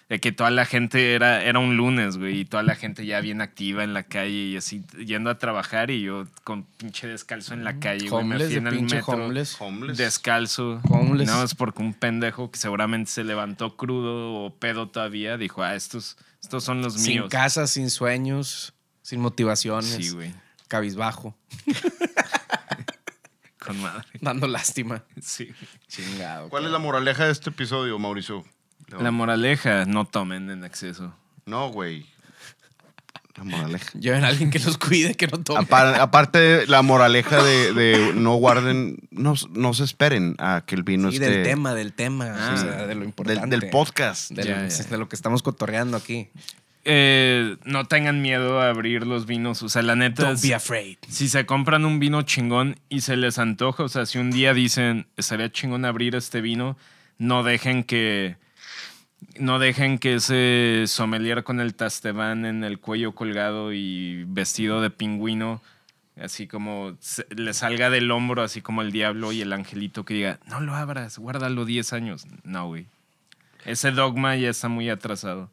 S4: De que toda la gente era, era un lunes, güey, y toda la gente ya bien activa en la calle y así yendo a trabajar y yo con pinche descalzo en la calle, güey, me
S2: Homeless,
S4: fui
S2: de
S4: en el
S2: pinche
S4: metro
S2: homeless.
S3: "Ah, Homeless.
S4: descalzo.
S2: Homeless.
S4: Nada más porque un pendejo que seguramente se levantó crudo o pedo todavía dijo, ah, estos, estos son los
S2: Sin
S4: míos.
S2: casa, sin sueños, sin motivaciones.
S4: Sí, güey.
S2: Cabizbajo.
S4: Con madre.
S2: Dando lástima.
S4: Sí.
S2: Chingado.
S3: ¿Cuál es la moraleja de este episodio, Mauricio?
S4: La moraleja, no tomen en exceso.
S3: No, güey. La moraleja.
S2: Lleven a alguien que los cuide, que no tome.
S3: Apar- aparte, de la moraleja de, de no guarden, no, no se esperen a que el vino
S2: Y
S3: esté.
S2: del tema, del tema.
S4: Ah,
S2: o sea, de lo
S3: del-
S2: importante.
S3: del, podcast.
S2: De,
S4: Ya,
S2: lo,
S4: ya.
S2: de lo que estamos cotorreando aquí.
S4: Eh, no tengan miedo a abrir los vinos. O sea, la neta,
S2: Don't
S4: es-
S2: be afraid.
S4: si se compran un vino chingón y se les antoja, o sea, si un día dicen, estaría chingón abrir este vino, no dejen que... No dejen que ese sommelier con el tasteván en el cuello colgado y vestido de pingüino, así como se- le salga del hombro, así como el diablo y el angelito que diga, no lo abras, guárdalo 10 años. No, güey. Ese dogma ya está muy atrasado.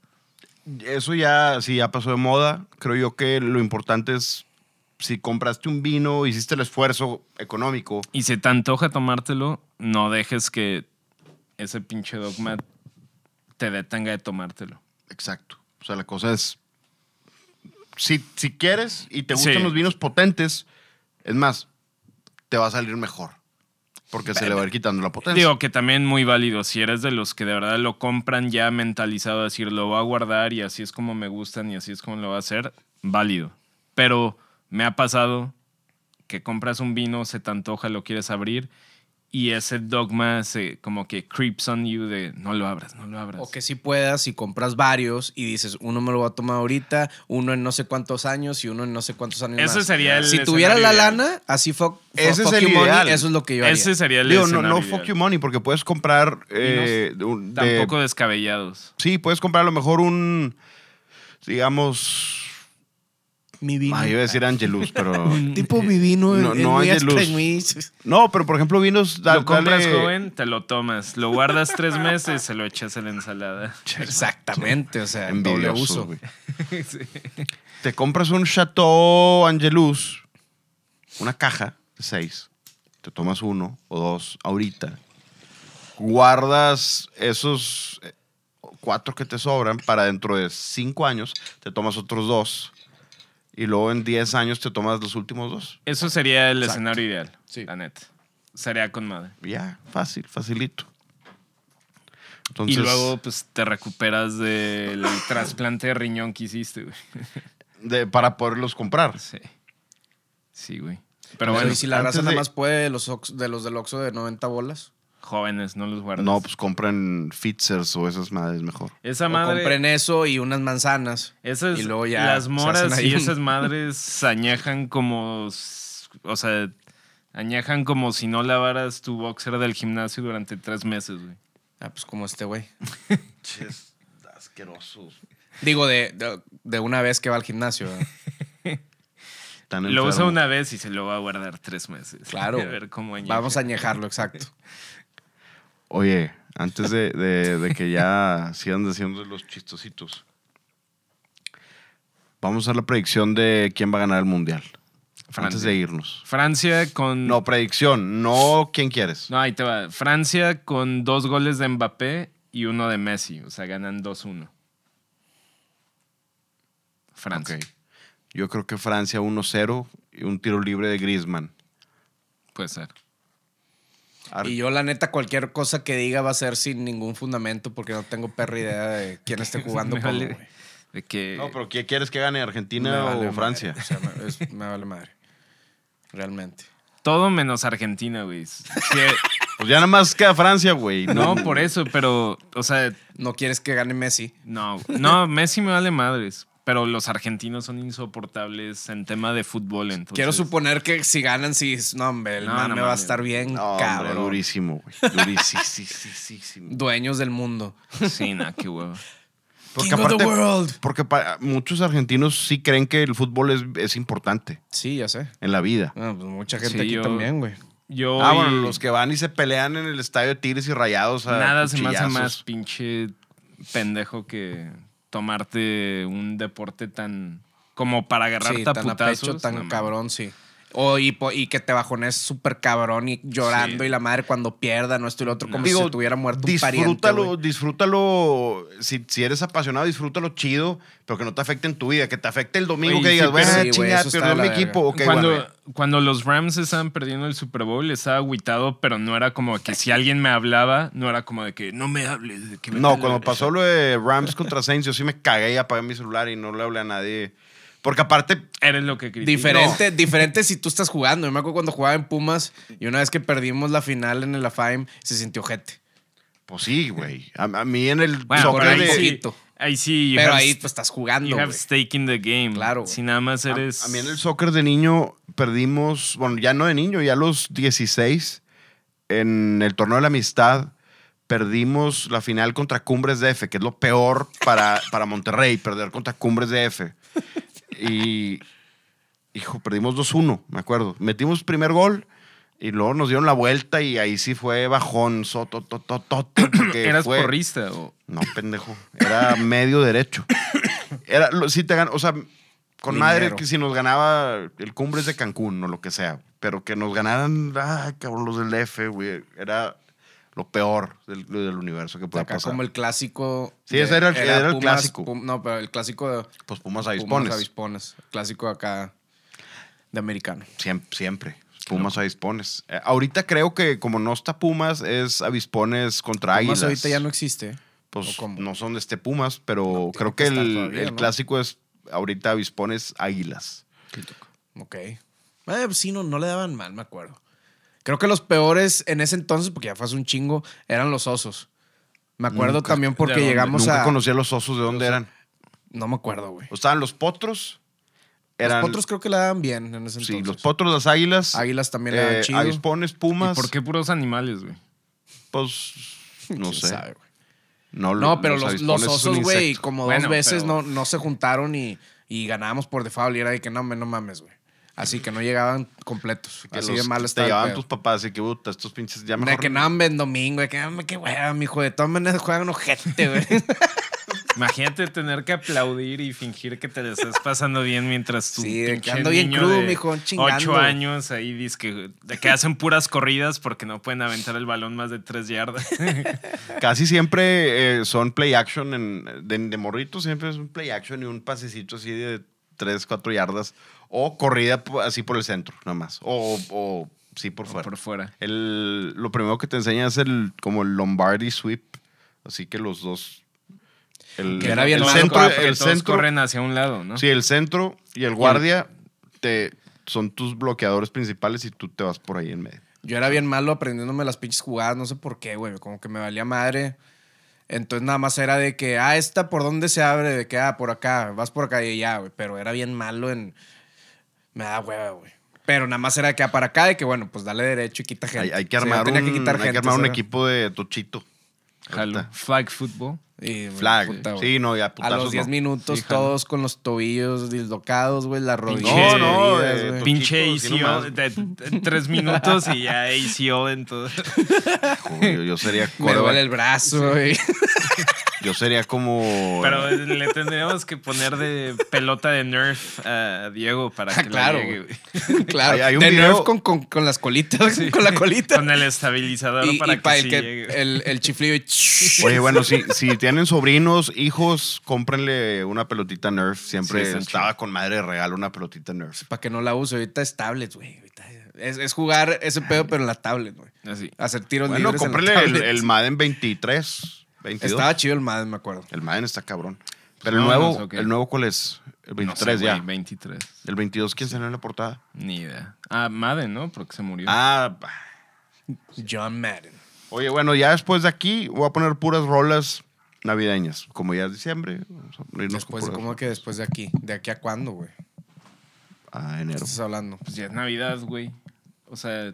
S3: Eso ya, sí, ya pasó de moda. Creo yo que lo importante es si compraste un vino, hiciste el esfuerzo económico.
S4: Y si te antoja tomártelo, no dejes que ese pinche dogma te detenga de tomártelo.
S3: Exacto. O sea, la cosa es. Si, si quieres y te gustan
S4: Sí.
S3: los vinos potentes, es más, te va a salir mejor. Porque se le va a ir quitando la potencia.
S4: Digo que también muy válido, si eres de los que de verdad lo compran ya mentalizado, decir, lo voy a guardar y así es como me gustan y así es como lo va a hacer, válido. Pero me ha pasado que compras un vino, se te antoja, lo quieres abrir y ese dogma se como que creeps on you de no lo abras, no lo abras.
S2: O que si puedas, si compras varios y dices, uno me lo va a tomar ahorita, uno en no sé cuántos años y uno en no sé cuántos años
S4: Ese
S2: más.
S4: sería el
S2: Si tuviera la
S4: escenario ideal.
S2: lana, así fuck, fuck-
S3: Ese es
S2: fuck
S3: el
S2: you money,
S3: ideal.
S2: eso es lo que yo haría.
S4: Ese sería el
S3: Digo, no, no
S4: escenario
S3: fuck
S4: ideal.
S3: you money, porque puedes comprar. eh, de un- de-
S4: Tampoco descabellados.
S3: Sí, puedes comprar a lo mejor un. Digamos.
S2: Mi vino.
S3: ah, iba a decir Angelus, pero.
S2: tipo mi vino
S3: No, no hay de luz. No, pero por ejemplo, vinos. da-
S4: lo compras
S3: dale-
S4: joven, te lo tomas. Lo guardas tres meses, se lo echas a la ensalada.
S2: Exactamente, o sea, en doble
S3: Envidiosos,
S2: uso.
S3: güey. Te compras un Chateau Angelus, una caja de seis. Te tomas uno o dos ahorita. Guardas esos eh, cuatro que te sobran para dentro de cinco años te tomas otros dos. Y luego en diez años te tomas los últimos dos.
S4: Eso sería el
S2: Exacto.
S4: escenario ideal,
S2: Sí.
S4: la neta. Sería con madre.
S3: Ya, fácil, facilito. Entonces,
S4: y luego, pues, te recuperas del trasplante de riñón que hiciste, güey.
S3: de- para poderlos comprar.
S4: Sí. Sí, güey.
S2: Pero
S4: Pero bueno,
S2: y si la
S3: antes
S2: raza
S3: de-
S2: nada más puede de los, Ox- de los del Oxxo de 90 bolas,
S4: jóvenes, no los guardas.
S3: No, pues compran Fitzers o esas madres mejor.
S4: Esa
S2: o
S4: madre.
S2: compren eso y unas manzanas.
S4: Esas,
S2: Y luego ya
S4: las
S2: se
S4: moras
S2: hacen ahí
S4: y
S2: un-
S4: esas madres se añejan como, s- o sea, añejan como si no lavaras tu boxer del gimnasio durante tres meses, güey.
S2: Ah, pues como este güey.
S3: Asquerosos.
S2: Digo, de, de, de una vez que va al gimnasio. ¿verdad?
S3: Tan
S4: Lo usa
S3: enfermos.
S4: una vez y se lo va a guardar tres meses.
S2: Claro.
S4: A ver cómo añeja.
S2: Vamos a añejarlo, exacto.
S3: Oye, antes de, de- de que ya sigan diciendo los chistositos, vamos a hacer la predicción de quién va a ganar el mundial. Antes
S4: Francia.
S3: de irnos.
S4: Francia con.
S3: No, predicción, no quién quieres.
S4: No, ahí te va. Francia con dos goles de Mbappé y uno de Messi. O sea, ganan 2-1. Francia.
S3: Ok. Yo creo que Francia 1-0 y un tiro libre de Griezmann.
S4: Puede ser.
S3: Ar-
S2: Y yo, la neta, cualquier cosa que diga va a ser sin ningún fundamento porque no tengo perra idea de quién esté jugando
S4: Me
S2: cómo,
S4: vale
S2: güey.
S4: De que.
S3: No, pero ¿quién quieres que gane? ¿Argentina
S2: Me
S3: o
S2: vale madre,
S3: Francia?
S2: o sea, me, es- me vale madre. Realmente.
S4: Todo menos Argentina, güey. Sí,
S3: Pues ya nada más queda Francia, güey.
S4: no, por eso, pero. O sea,
S2: No quieres que gane Messi.
S4: no. No, Messi me vale madres. Pero los argentinos son insoportables en tema de fútbol. Entonces,
S2: Quiero suponer que si ganan, sí. No, hombre, el
S4: No,
S2: mame
S4: no
S2: va a
S4: mames.
S2: estar bien,
S3: No, hombre,
S2: cabrón.
S3: durísimo, güey. Durísimo.
S2: Dueños del mundo.
S4: Sí, nada, qué huevo.
S3: Porque
S2: King of the
S3: aparte,
S2: world.
S3: Porque pa- muchos argentinos sí creen que el fútbol es, es importante
S2: Sí, ya sé.
S3: en la vida.
S2: Ah, pues mucha gente
S4: Sí,
S2: aquí
S4: yo-
S2: también, güey.
S4: Yo.
S3: Ah,
S4: y-
S3: bueno, los que van y se pelean en el estadio de Tigres y Rayados. a
S4: Nada se me hace
S3: cuchillazos.
S4: más pinche pendejo que tomarte un deporte tan como para agarrar
S2: Sí, tan a
S4: taputazos.
S2: pecho, tan
S4: no, man.
S2: cabrón, sí. O y, po- y que te bajones súper cabrón y llorando
S4: Sí.
S2: y la madre cuando pierda, no esto y lo otro, como si
S3: Digo,
S2: se tuviera muerto un pariente.
S3: disfrútalo,
S2: güey.
S3: disfrútalo. Si, si eres apasionado, disfrútalo chido, pero que no te afecte en tu vida. Que te afecte el domingo,
S2: Oye,
S3: que
S2: sí,
S3: digas, bueno,
S2: sí, güey,
S3: chingada,
S2: eso está
S3: perdió
S2: de
S3: mi
S2: la
S3: equipo.
S2: verga.
S3: ok,
S4: cuando,
S3: bueno.
S4: cuando los Rams estaban perdiendo el Super Bowl, estaba agüitado, pero no era como que si alguien me hablaba, no era como de que no me hables. de que vete a
S3: No,
S4: la
S3: cuando
S4: verga".
S3: pasó lo de Rams contra Saints, yo sí me cagué y apagué mi celular y no le hablé a nadie. Porque aparte,
S4: Eres lo que critico.
S2: Diferente, diferente si tú estás jugando. Yo me acuerdo cuando jugaba en Pumas y una vez que perdimos la final en el AFAIM, se sintió gente.
S3: pues sí, güey. A, a mí en el
S4: Bueno,
S3: soccer
S4: pero ahí
S3: de-
S4: sí.
S2: poquito.
S4: Ahí sí. you
S2: Pero
S4: have
S2: ahí
S4: st-
S2: tú estás jugando,
S4: You have
S2: güey.
S4: stake in the game.
S2: Claro, güey.
S4: Si nada más
S3: a-
S4: eres.
S3: a mí en el soccer de niño perdimos, bueno, ya no de niño, ya a los 16, en el torneo de la amistad, perdimos la final contra Cumbres de F, que es lo peor para, para Monterrey, perder contra Cumbres de F. Y, hijo, perdimos 2-1, me acuerdo. Metimos primer gol. Y luego nos dieron la vuelta y ahí sí fue bajón, soto, to, to, to, porque
S4: Eras
S3: fue-
S4: porrista. o-
S3: No, pendejo. Era medio derecho. Era, lo- si te gan- o sea, con madre
S2: Liniero.
S3: que si nos ganaba el Cumbres de Cancún o lo que sea, pero que nos ganaran, ah, cabrón, los del F, güey, era lo peor del, del universo que podía
S2: Acá
S3: pasar.
S2: como el clásico.
S3: Sí, ese era el- era el clásico.
S2: Pum- no, pero el clásico de
S3: Pues Pumas
S2: Pumas
S3: avispones.
S2: avispones. Clásico acá de americano.
S3: Siempre, siempre. Pumas avispones. Eh, ahorita creo que como no está Pumas, es avispones contra
S2: Pumas
S3: águilas.
S2: ahorita ya no existe. ¿eh?
S3: pues
S2: ¿O cómo?
S3: no son de este Pumas, pero
S2: tiene
S3: creo
S2: que
S3: que,
S2: estar
S3: el,
S2: todavía,
S3: el
S2: ¿no?
S3: clásico es ahorita avispones águilas.
S2: Ok. Eh, pues sí, no, no le daban mal, me acuerdo. Creo que los peores en ese entonces, porque ya fue hace un chingo, eran los osos. Me acuerdo
S4: Nunca-
S2: también
S4: ¿de
S2: porque
S4: dónde?
S2: llegamos
S3: Nunca
S2: a.
S3: conocí a los osos de dónde eran.
S2: No me acuerdo, güey.
S3: O estaban los potros. Eran,
S2: Los potros creo que le daban bien en ese entonces.
S3: Sí, los potros, las águilas.
S2: Águilas también le daban chido.
S3: Avispones,
S4: ¿Y
S3: pumas.
S4: por qué puros animales, güey?
S3: Pues, no
S2: ¿Quién
S3: sé.
S2: sabe, güey?
S3: No,
S2: No, pero los, los
S3: avispones es un
S2: osos, güey,
S3: insecto.
S2: como
S4: Bueno,
S2: dos veces
S4: pero-
S2: no, no se juntaron y, y ganábamos por default. Y era de que no, me- no mames, güey. Así que no llegaban completos.
S3: Que
S2: así
S3: los
S2: de mal
S3: que
S2: estaba.
S3: Te
S2: el
S3: llevaban
S2: pedo.
S3: tus papás y que, puta, estos pinches ya
S2: De
S3: mejor...
S2: que no, hombre, en domingo. De que, ah, qué hueva, mijo. De todas maneras juegan ojete, güey.
S4: Imagínate tener que aplaudir y fingir que te la estás pasando bien mientras tú.
S2: Sí, de que
S4: pinche
S2: ando bien
S4: niño
S2: crudo,
S4: de
S2: mijo, chingando.
S4: Ocho años ahí dice que, de que hacen puras corridas porque no pueden aventar el balón más de tres yardas.
S3: Casi siempre eh, son play action. En, de, de morrito siempre es un play action y un pasecito así de 3, 4 yardas. O corrida po- así por el centro, nada más. O, o sí, por fuera.
S4: por fuera.
S3: El- lo primero que te enseña es el como el Lombardi sweep. Así que los dos. El,
S2: Que era bien
S3: el
S2: malo, ah,
S3: centro,
S2: porque
S3: el
S4: todos
S3: centro,
S4: corren hacia un lado, ¿no?
S3: sí, el centro y el guardia te, son tus bloqueadores principales y tú te vas por ahí en medio.
S2: Yo era bien malo aprendiéndome las pinches jugadas, no sé por qué, güey. Como que me valía madre. Entonces nada más era de que, ah, esta por dónde se abre, de que, ah, por acá, vas por acá y ya, güey. Pero era bien malo en. Me da hueva, güey. Pero nada más era de que, ah, para acá, de que, bueno, pues dale derecho y quita
S3: Hay,
S2: gente.
S3: hay que
S2: O sea, yo
S3: armar,
S2: tenía
S3: un,
S2: quitar
S3: hay que
S2: gente,
S3: armar un
S2: ¿sabes?
S3: equipo de tochito.
S4: Jalo.
S3: Ahorita.
S4: Flag football.
S2: Y, güey,
S3: Flag.
S2: puta, güey.
S3: sí, no, ya
S2: A
S3: putazos
S2: los 10
S3: no.
S2: minutos,
S4: Sí, jalo.
S2: todos con los tobillos dislocados, güey, las rodillas.
S4: No,
S3: no,
S2: heridas,
S3: eh,
S2: güey.
S3: Tochito,
S4: Pinche
S3: sí
S4: ACO
S3: nomás.
S4: de, de tres minutos y ya ACO en todo.
S3: Joder, yo, yo sería
S2: Me duele el
S3: quarterback.
S2: brazo, güey.
S3: Yo sería como.
S4: Pero le tendríamos que poner de pelota de Nerf a Diego para
S2: Ah,
S4: que
S2: claro,
S4: la llegue,
S2: güey.
S4: güey.
S2: claro.
S3: Hay- hay un
S2: de
S3: video-
S2: Nerf con, con, con las colitas, con la colita.
S4: Con el estabilizador
S2: y,
S4: para
S2: y
S4: que
S2: pa'
S4: sí
S2: el, que-
S4: llegue.
S2: el, el chiflido. y
S3: Oye, bueno, si, si tienen sobrinos, hijos, cómprenle una pelotita Nerf. Siempre
S4: Sí, están
S3: estaba con madre de regalo una pelotita Nerf.
S2: Para que no la use. Ahorita es tablet, güey. Ahorita Es, es jugar ese pedo, pero en la tablet, güey.
S4: Así.
S2: Hacer tiros
S3: Bueno,
S2: libres. en la
S3: cómprenle el,
S2: tablet.
S3: el Madden 23, 22.
S2: Estaba chido el Madden, me acuerdo.
S3: El Madden está cabrón. Pero el
S4: no,
S3: nuevo,
S4: no sé, ok.
S3: ¿el nuevo cuál es? El
S4: No sé,
S3: 23 ya.
S4: güey, 23.
S3: El 22, ¿quién salió en la portada?
S4: Ni idea. Ah, Madden, ¿no? Porque se murió.
S3: Ah, bah.
S2: John Madden.
S3: oye, bueno, ya después de aquí voy a poner puras rolas navideñas. Como ya es diciembre, vamos a irnos
S2: Después,
S3: con puras-
S2: ¿cómo que después de aquí? ¿De aquí a cuándo, güey?
S3: Ah,
S2: ¿Qué
S3: enero.
S2: estás hablando?
S4: Pues ya es Navidad, güey. O sea,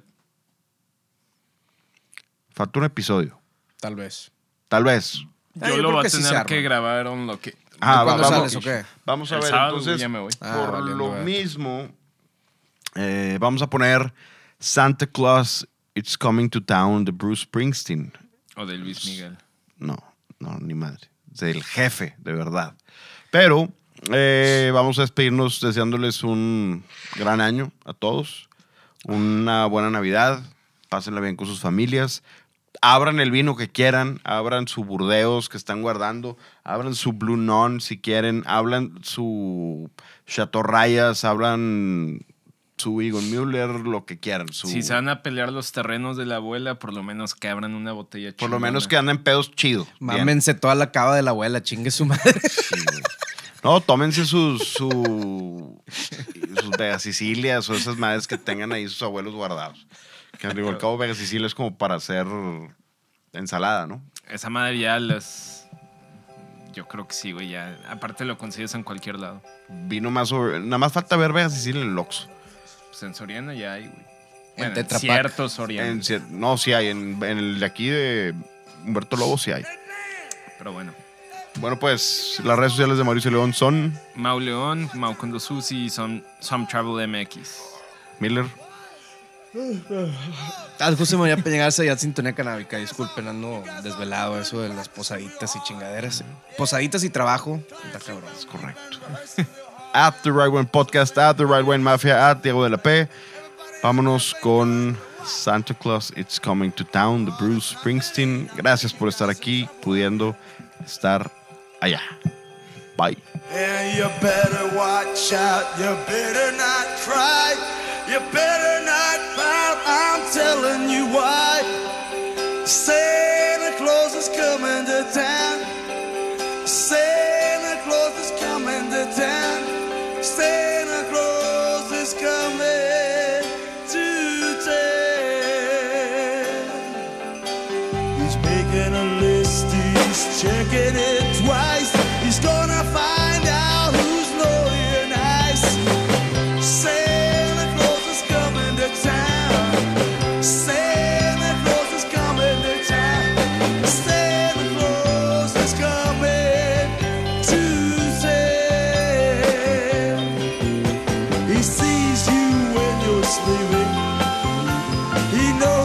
S3: Falta un episodio.
S2: Tal vez.
S3: Tal vez.
S4: yo,
S2: Ah, yo
S4: lo
S2: creo
S4: voy a
S2: que sí se
S4: tener
S2: arma.
S4: que grabar on lo que.
S3: Ah,
S2: cuándo
S3: va- vamos,
S2: sales o qué?
S3: vamos a
S4: El
S3: ver.
S4: sábado, güey,
S3: entonces,
S4: ya me voy.
S2: Ah,
S3: por
S2: valiendo
S3: lo
S2: verga.
S3: mismo, eh, vamos a poner Santa Claus, It's Coming to Town de Bruce Springsteen.
S4: O de Luis
S3: pues,
S4: Miguel.
S3: No, no, ni madre. Del jefe, de verdad. Pero eh, vamos a despedirnos deseándoles un gran año a todos. una buena Navidad, pásenla bien con sus familias, abran el vino que quieran, abran su burdeos que están guardando, abran su Blue Non si quieren, abran su Chateau Rayas, abran su Egon Müller, lo que quieran. su-
S4: Si se van a pelear los terrenos de la abuela, por lo menos que abran una botella
S3: por lo
S4: chingona.
S3: menos que anden pedos chido. bien.
S2: Mámense toda la cava de la abuela, chingue su madre.
S3: Sí, güey. No, tómense sus, su, sus Vega Sicilias o esas madres que tengan ahí sus abuelos guardados. Que al igual cabo Vega Sicilia es como para hacer ensalada, ¿no?
S4: Esa madre ya las. Yo creo que sí, güey. Ya. Aparte lo consigues en cualquier lado.
S3: Vino más sobre- Nada más falta ver Vega Sicilia en el Oxxo.
S4: Pues en Soriana ya hay, güey.
S2: En
S4: Bueno,
S2: Tetra Pak.
S4: ciertos Soriana.
S3: En cier- no, sí hay. En, en el de aquí de Humberto Lobo sí hay.
S4: Pero bueno.
S3: Bueno, pues las redes sociales de Mauricio León son
S4: Mau León, Mau Kondo Susi, Some, Some Travel MX.
S3: Miller.
S2: Al José María Peñagarza ya sintonía canábica, disculpen, ando desvelado eso de las posaditas y chingaderas. Posaditas y trabajo, está cabrón.
S3: Es correcto. At the Right Wine Podcast, at the Right Wine Mafia, at Diego de la P. Vámonos con Santa Claus It's Coming to Town de Bruce Springsteen. Gracias por estar aquí, pudiendo estar allá. Bye.
S7: And you better watch out, you better not cry, you better not pout, I'm telling you why. Santa Claus is coming to town. Santa Claus is coming to town. Santa Claus is coming to town. He's making a list, he's checking it twice. He's gonna find out who's naughty and nice. Santa Claus is coming to town. Santa Claus is coming to town. Santa Claus is coming to town. He sees you when you're sleeping. He knows